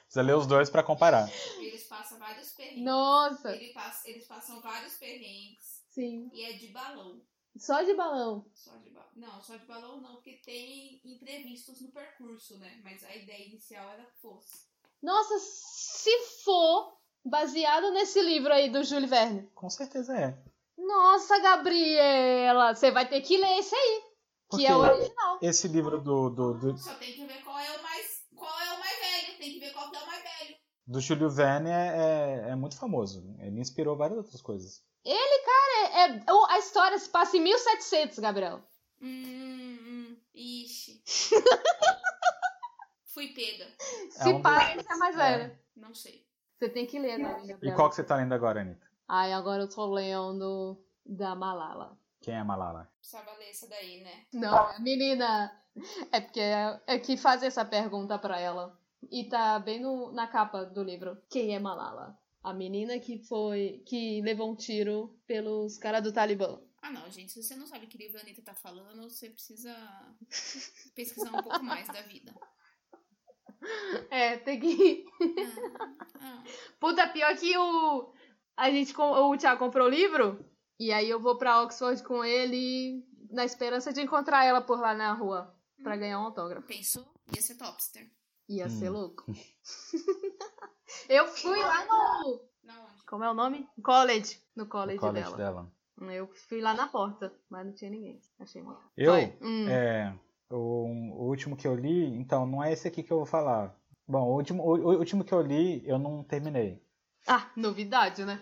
Precisa ler os dois pra comparar. Eles passam vários perrengues. Nossa, Ele passa- eles passam vários perrengues. sim. E é de balão. Só de balão. Só de balão. Não, só de balão não, porque tem imprevistos no percurso, né? Mas a ideia inicial era que fosse. Nossa, se for baseado nesse livro aí do Júlio Verne. Com certeza é. Nossa, Gabriela, você vai ter que ler esse aí, que Porque é o original. esse livro do, do, do, Só tem que ver qual é o mais. Qual é o mais velho. Tem que ver qual que é o mais velho. do Júlio Verne é, é, é muito famoso. Ele inspirou várias outras coisas. É, é- o- a história se passa em 1700, Gabriela. Hum, hum. Ixi. Fui pega. Se um passa, dos- você é mais velho. Não sei. Você tem que ler, né, Gabriela? E qual que você tá lendo agora, Anitta? Ai, agora eu tô lendo da Malala. Quem é a Malala? Precisava ler essa daí, né? Não, menina. É porque é, é que fazer essa pergunta pra ela. E tá bem no, na capa do livro. Quem é Malala? A menina que foi. que levou um tiro pelos caras do Talibã. Ah, não, gente. Se você não sabe que livro a Anitta tá falando, você precisa pesquisar um pouco mais da vida. É, tem que. Ah, Puta, pior que o. A gente com, o Thiago comprou o livro. E aí eu vou pra Oxford com ele na esperança de encontrar ela por lá na rua. Pra ganhar um autógrafo. pensou? Ia ser topster. Ia ser Hum. louco. eu fui lá no. Na onde? Como é o nome? College. No college, Qual é dela. dela? Eu fui lá na porta, mas não tinha ninguém. Achei mal. Eu? Vai. Hum. É, o, o último que eu li, então, não é esse aqui que eu vou falar. Bom, o último, o, o último que eu li, eu não terminei. Ah, novidade, né?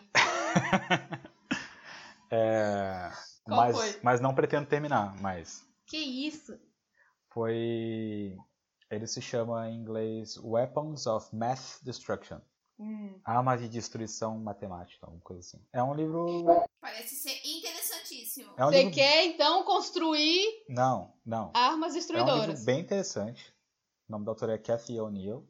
É, Qual mas, foi? mas não pretendo terminar, mas Que isso? foi... Ele se chama em inglês Weapons of Math Destruction. Hum. Armas de Destruição Matemática, alguma coisa assim. É um livro... Parece ser interessantíssimo. É um Você livro... quer então construir Não, não. armas É um livro destruidoras? bem interessante. O nome da autora é Cathy O'Neill.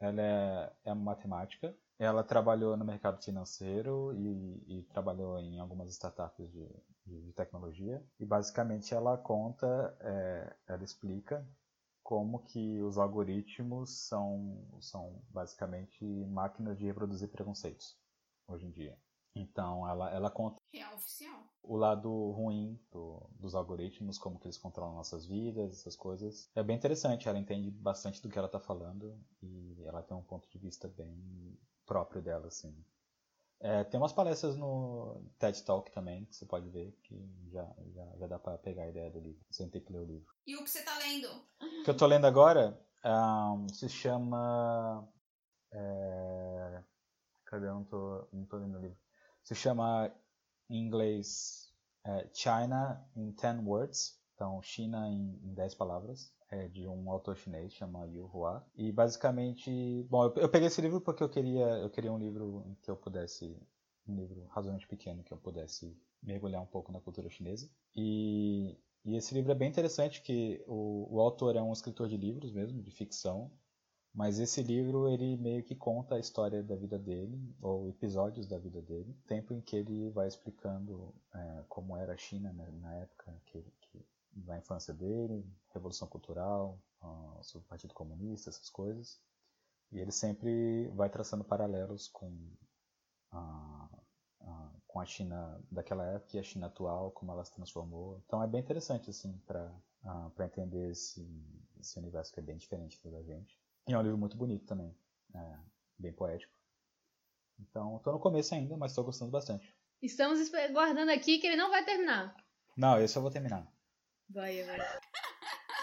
Ela é, é uma matemática. Ela trabalhou no mercado financeiro e, e trabalhou em algumas startups de, de- de tecnologia. E basicamente ela conta, é, ela explica como que os algoritmos são, são basicamente máquinas de reproduzir preconceitos hoje em dia. Então ela, ela conta Real oficial. o lado ruim do- dos algoritmos, como que eles controlam nossas vidas, essas coisas. É bem interessante, ela entende bastante do que ela tá falando e ela tem um ponto de vista bem próprio dela, assim. É, tem umas palestras no TED Talk também, que você pode ver, que já, já, já dá pra pegar a ideia do livro, sem ter que ler o livro. E o que você tá lendo? O que eu tô lendo agora ahn, se chama. é, cadê? Eu não tô, não tô lendo o livro. Se chama em inglês é, China in 10 Words. Então, China em, em 10 palavras. É de um autor chinês, chama Yu Hua. E basicamente. Bom, eu, eu peguei esse livro porque eu queria, eu queria um livro em que eu pudesse. Um livro razoavelmente pequeno que eu pudesse mergulhar um pouco na cultura chinesa. E e esse livro é bem interessante, que o, o autor é um escritor de livros mesmo, de ficção, mas esse livro ele meio que conta a história da vida dele, ou episódios da vida dele, tempo em que ele vai explicando é, como era a China né, na época, que, que, na infância dele, Revolução Cultural, ah, sobre o Partido Comunista, essas coisas. E ele sempre vai traçando paralelos com a, ah, com a China daquela época e a China atual, como ela se transformou. Então é bem interessante assim para para entender esse, esse universo que é bem diferente do da gente. E é um livro muito bonito também, é, bem poético. Então estou no começo ainda, mas estou gostando bastante. Estamos espe- guardando aqui que ele não vai terminar. Não, esse eu vou terminar. Vai, vai.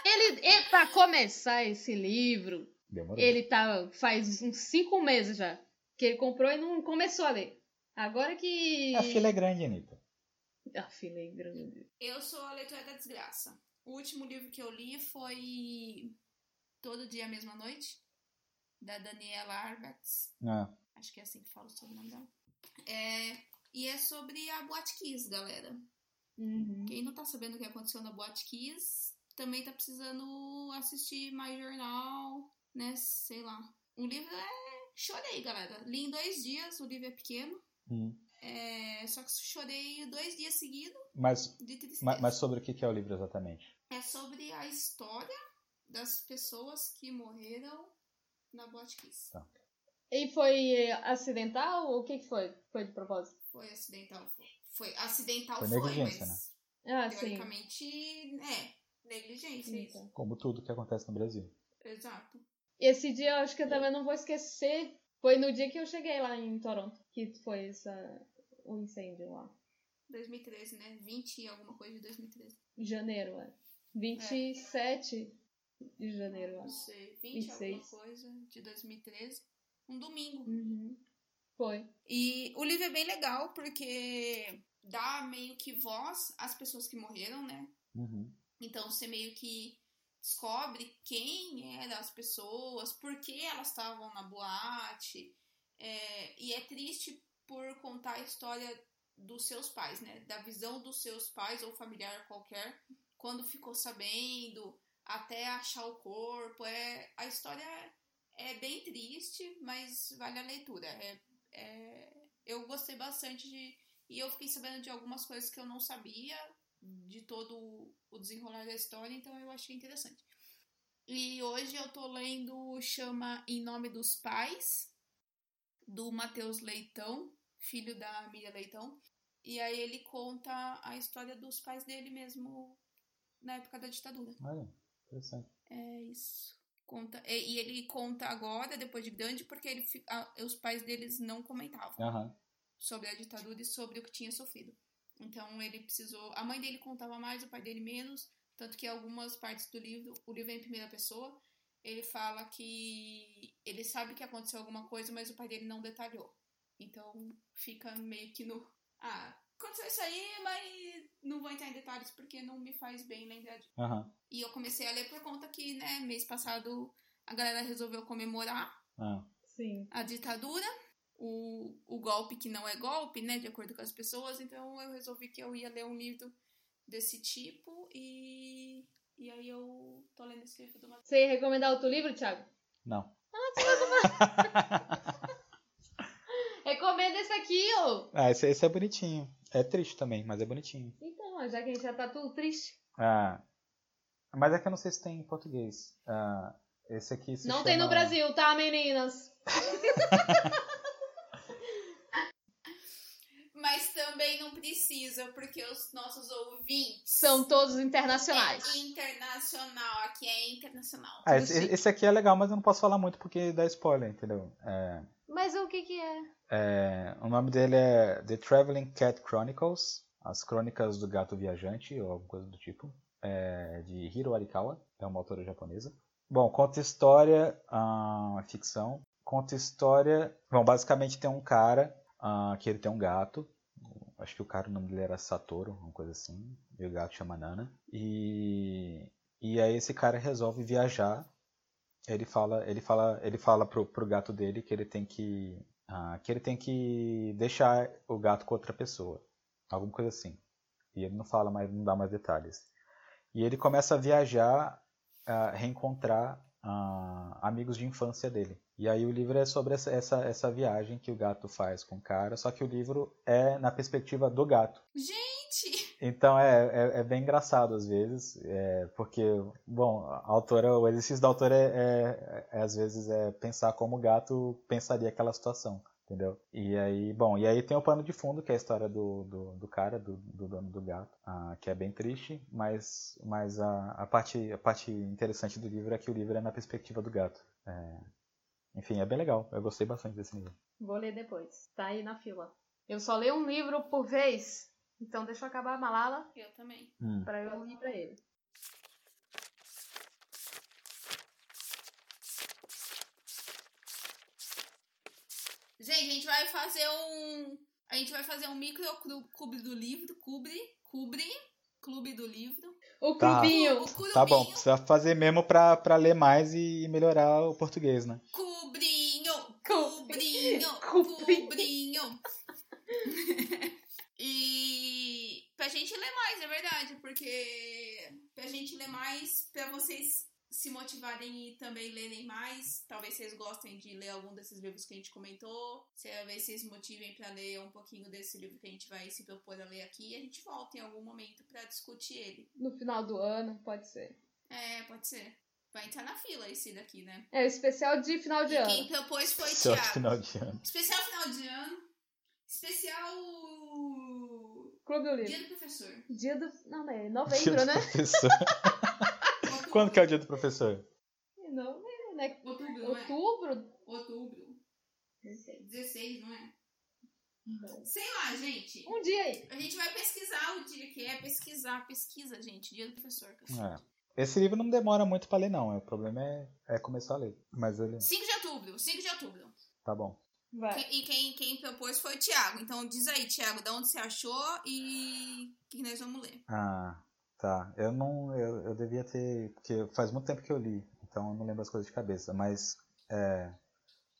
Ele, ele pra começar esse livro, Demorou. ele tá faz uns cinco meses já que ele comprou e não começou a ler. Agora que A fila é grande, Anitta. A fila é grande. Eu sou a leitora da desgraça. O último livro que eu li foi Todo Dia, Mesma Noite, da Daniela Arbatz. Ah, Acho que é assim que fala o sobrenome dela. É, e é sobre a Boate Kiss, galera. Uhum. Quem não tá sabendo o que aconteceu na Boate Kiss, também tá precisando assistir mais jornal, né? Sei lá. O livro é... Chorei, galera. Li em dois dias, o livro é pequeno. hum. É, só que chorei dois dias seguidos Mas, de tristeza. ma- mas sobre o que que é o livro exatamente? É sobre a história das pessoas que morreram na Boate Kiss. E foi eh, acidental ou o que, que foi? Foi de propósito? Foi acidental. Foi, foi acidental, Foi foi, negligência, né? mas Ah, sim. teoricamente, é, negligência. Assim. Sim, isso. tá. Como tudo que acontece no Brasil. Exato. Esse dia eu acho que eu também não vou esquecer. Foi no dia que eu cheguei lá em Toronto, que foi essa, o incêndio lá. 2013, né? 20 e alguma coisa de 2013. Em janeiro, é. 27 de janeiro, eu Não acho. sei, 20 e alguma 26. coisa de 2013. Um domingo. Uhum. Foi. E o livro é bem legal porque dá meio que voz às pessoas que morreram, né? Uhum. Então você meio que descobre quem eram as pessoas, por que elas estavam na boate. É, e é triste por contar a história dos seus pais, né? Da visão dos seus pais ou familiar qualquer, quando ficou sabendo, até achar o corpo. É, a história é bem triste, mas vale a leitura. É- é- eu gostei bastante de. E eu fiquei sabendo de algumas coisas que eu não sabia de todo o- o desenrolar da história, então eu achei interessante. E hoje eu tô lendo chama Em Nome dos Pais, do Matheus Leitão, filho da Miriam Leitão. E aí ele conta a história dos pais dele mesmo na época da ditadura. Olha, interessante. É isso. Conta, e, e ele conta agora, depois de grande, porque ele, fi- a- os pais deles não comentavam Aham. sobre a ditadura e sobre o que tinha sofrido. Então ele precisou. A mãe dele contava mais, o pai dele menos. Tanto que algumas partes do livro, o livro é em primeira pessoa, ele fala que ele sabe que aconteceu alguma coisa, mas o pai dele não detalhou. Então fica meio que no. Ah, aconteceu isso aí, mas não vou entrar em detalhes porque não me faz bem lembrar disso. Aham. E eu comecei a ler por conta que, né, mês passado a galera resolveu comemorar Ah, Sim. a ditadura, o, o golpe que não é golpe, né, de acordo com as pessoas. Então eu resolvi que eu ia ler um livro desse tipo e, e aí eu tô lendo esse livro do Matheus. Você ia recomendar outro livro, Thiago? não. Recomenda esse aqui, ô! Ah, esse, esse é bonitinho. É triste também, mas é bonitinho. Então, ó, já que a gente já tá tudo triste. Ah, mas é que eu não sei se tem em português. Ah, esse aqui se não chama- tem no Brasil, tá, meninas? Mas também não precisa, porque os nossos ouvintes São todos internacionais. é internacional, aqui é internacional. Ah, esse, esse aqui é legal, mas eu não posso falar muito porque dá spoiler, entendeu? É, Mas o que que é? é, o nome dele é The Traveling Cat Chronicles, As Crônicas do Gato Viajante, ou alguma coisa do tipo, é, de Hiro Arikawa, é uma autora japonesa. Bom, conta história, ah, ficção, conta história... Bom, basicamente tem um cara ah, que ele tem um gato, acho que o cara, o nome dele era Satoru, uma coisa assim, e o gato chama Nana. E, e aí esse cara resolve viajar. Ele fala, ele fala, ele fala pro, pro gato dele que ele tem que ah, que ele tem que deixar o gato com outra pessoa, alguma coisa assim. E ele não fala mais, não dá mais detalhes. E ele começa a viajar, a reencontrar ah, amigos de infância dele. E aí o livro é sobre essa, essa, essa viagem que o gato faz com o cara, só que o livro é na perspectiva do gato. Gente, Então é, é, é bem engraçado às vezes, é, porque, bom, a autora, o exercício da autora é, é- é, às vezes é pensar como o gato pensaria aquela situação, entendeu? E aí, bom, e aí tem o pano de fundo, que é a história do, do, do cara, do, do dono do gato, ah, que é bem triste, mas, mas a, a, parte, a parte interessante do livro é que o livro é na perspectiva do gato. É, enfim, é bem legal, eu gostei bastante desse livro. Vou ler depois. Tá aí na fila. Eu só leio um livro por vez. Então deixa eu acabar a malala eu também. Hum. pra eu ir pra ele. Gente, a gente vai fazer um. A gente vai fazer um micro clu- clube do livro. Cubre. Cubre. Clube do livro. O Tá. clubinho. O curubinho. Tá bom, precisa fazer mesmo pra, pra ler mais e melhorar o português, né? Cubrinho, Cu- Cubrinho. cubrinho, cubrinho. e pra gente ler mais, é verdade, porque pra gente ler mais, pra vocês se motivarem e também lerem mais, talvez vocês gostem de ler algum desses livros que a gente comentou, talvez vocês se motivem pra ler um pouquinho desse livro que a gente vai se propor a ler aqui, e a gente volta em algum momento pra discutir ele. No final do ano, pode ser. É, pode ser. Vai entrar na fila esse daqui, né? É o especial de final de E ano. quem propôs foi o Seu Thiago. final de ano. Especial final de ano. Especial. Clube do livro. Dia do professor. Dia do. Não, é Dia novembro, do né? é? professor. Quando que é o dia do professor? Novembro, né? Outubro. é? é? é? Um dia aí. A gente vai pesquisar o dia que é, pesquisar, pesquisa, gente. Dia do professor. que eu sei. É. Esse livro não demora muito pra ler, não. é, O problema é, é começar a ler. Mas ele. 5 de outubro, 5 de outubro. Tá bom. Vai. Que- E quem, quem propôs foi o Thiago. Então diz aí, Thiago, de onde você achou e o que nós vamos ler. Ah, tá. Eu não. Eu, eu devia ter. Porque faz muito tempo que eu li, então eu não lembro as coisas de cabeça. Mas. é,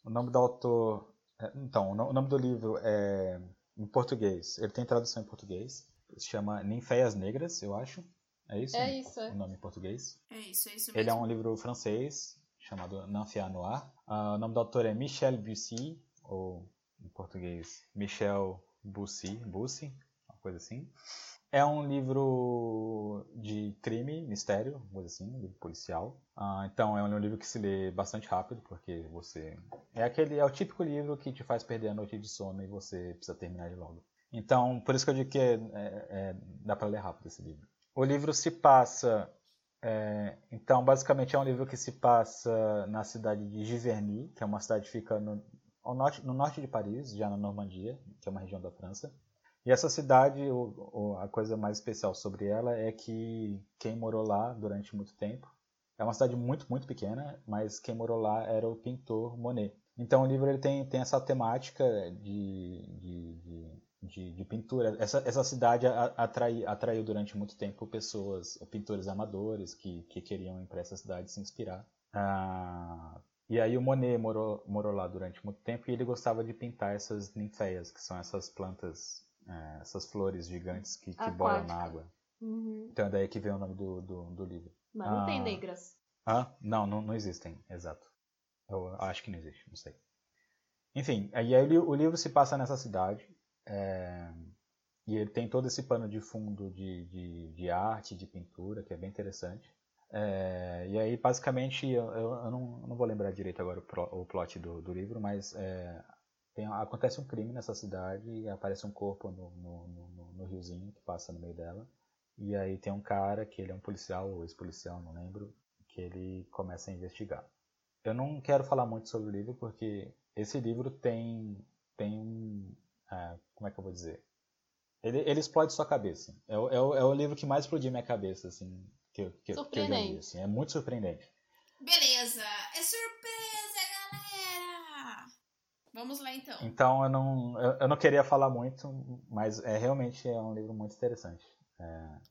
o nome do autor. é, Então, o no- o nome do livro é. Em português. Ele tem tradução em português. Se chama Ninféias Negras, eu acho. É isso? É isso, é. O nome em português. É isso, é isso mesmo. Ele é um livro francês chamado Nanfia Noir. Ah, o nome do autor é Michel Bussy, ou em português Michel Bussy, Bussy, uma coisa assim. É um livro de crime, mistério, uma coisa assim, um livro policial. Ah, então é um livro que se lê bastante rápido, porque você é aquele é o típico livro que te faz perder a noite de sono e você precisa terminar ele logo. Então por isso que eu digo que é- é- é- dá para ler rápido esse livro. O livro se passa é, então, basicamente, é um livro que se passa na cidade de Giverny, que é uma cidade que fica no, ao norte, no norte de Paris, já na Normandia, que é uma região da França. E essa cidade, o, o- a coisa mais especial sobre ela é que quem morou lá durante muito tempo. É uma cidade muito, muito pequena, mas quem morou lá era o pintor Monet. Então, o livro ele tem, tem essa temática de, de, de- de, de pintura. Essa, essa cidade a- atrai, atraiu durante muito tempo pessoas, pintores amadores que, que queriam ir para essa cidade se inspirar. Ah, e aí o Monet morou, morou lá durante muito tempo e ele gostava de pintar essas ninféias, que são essas plantas, eh, essas flores gigantes que, que boiam na Aquática. água. Então é daí que vem o nome do, do, do livro. Uhum. Mas não tem Ah. negras. Ah, não, não, não existem, exato. Eu acho que não existe, não sei. Enfim, aí aí o li- o livro se passa nessa cidade. é, E ele tem todo esse pano de fundo de, de, de arte, de pintura, que é bem interessante. É, e aí, basicamente, eu, eu- eu não, eu não vou lembrar direito agora o, pro- o plot do, do livro, mas é, tem- acontece um crime nessa cidade e aparece um corpo no, no, no- no- no riozinho que passa no meio dela. E aí tem um cara que ele é um policial ou ex-policial, não lembro, que ele começa a investigar. Eu não quero falar muito sobre o livro porque esse livro tem tem um ah, como é que eu vou dizer? Ele, ele explode sua cabeça. É, o- é, o- é o livro que mais explodiu minha cabeça assim que eu, que, eu- que eu já li, Surpreendente. assim. É muito surpreendente. Beleza! É surpresa, galera! Vamos lá então. Então eu não eu, eu não queria falar muito, mas é realmente é um livro muito interessante.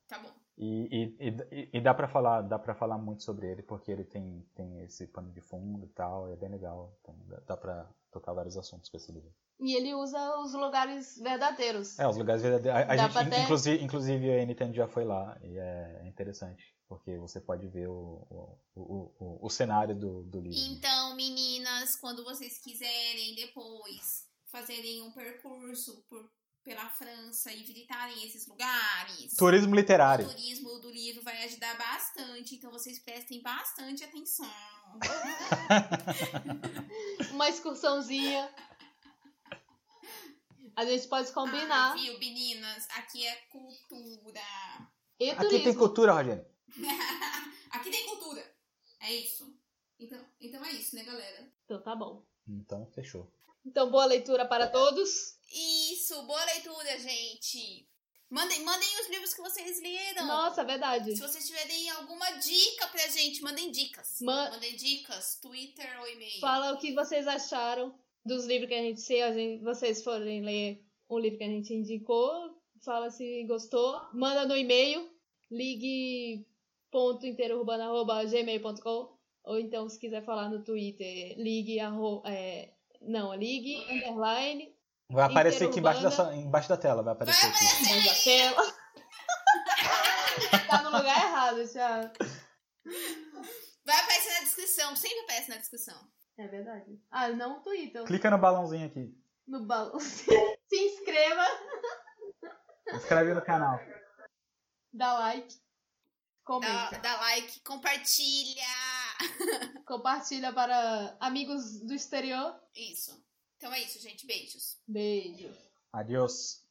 Tá bom. E, e, e, e dá pra falar, dá para falar muito sobre ele porque ele tem tem esse pano de fundo e tal, é bem legal. Então, dá, dá pra tocar vários assuntos com esse livro. E ele usa os lugares verdadeiros. É, os lugares verdadeiros. A, a Dá gente, pra in- ter- inclusive, inclusive a Nintendo já foi lá e é é interessante, porque você pode ver o, o, o, o, o cenário do, do livro. Então, meninas, quando vocês quiserem depois fazerem um percurso por- pela França e visitarem esses lugares, Turismo o literário. turismo do livro vai ajudar bastante. Então, vocês prestem bastante atenção. Uma excursãozinha. A gente pode combinar. Ah, viu, meninas? Aqui é cultura. E Aqui tem turismo. cultura, Rogério. Aqui tem cultura. É isso. Então, então é isso, né, galera? Então tá bom. Então, fechou. Então boa leitura para todos. Isso, boa leitura, gente. Mandem, mandem os livros que vocês leram. Nossa, verdade. Se vocês tiverem alguma dica pra gente, mandem dicas. Ma- Mandem dicas, Twitter ou e-mail. Fala o que vocês acharam dos livros que a gente se a gente- vocês forem ler um livro que a gente indicou, fala se gostou, manda no e-mail, ligue.interurbana.gmail.com ou então se quiser falar no Twitter, ligue arro, é, não, ligue underline Vai aparecer aqui embaixo da, Interurbana. sua- embaixo da tela, vai aparecer aqui. manda a tela. tá no lugar errado, já. Vai aparecer na descrição, sempre aparece na descrição. É verdade. Ah, não o Twitter, Clica no balãozinho aqui. no balão. se inscreva, Inscreve no canal. dá like, Dá, comenta. dá like, compartilha. Compartilha para amigos do exterior. Isso. Então é isso, gente. Beijos. Beijo. Adiós.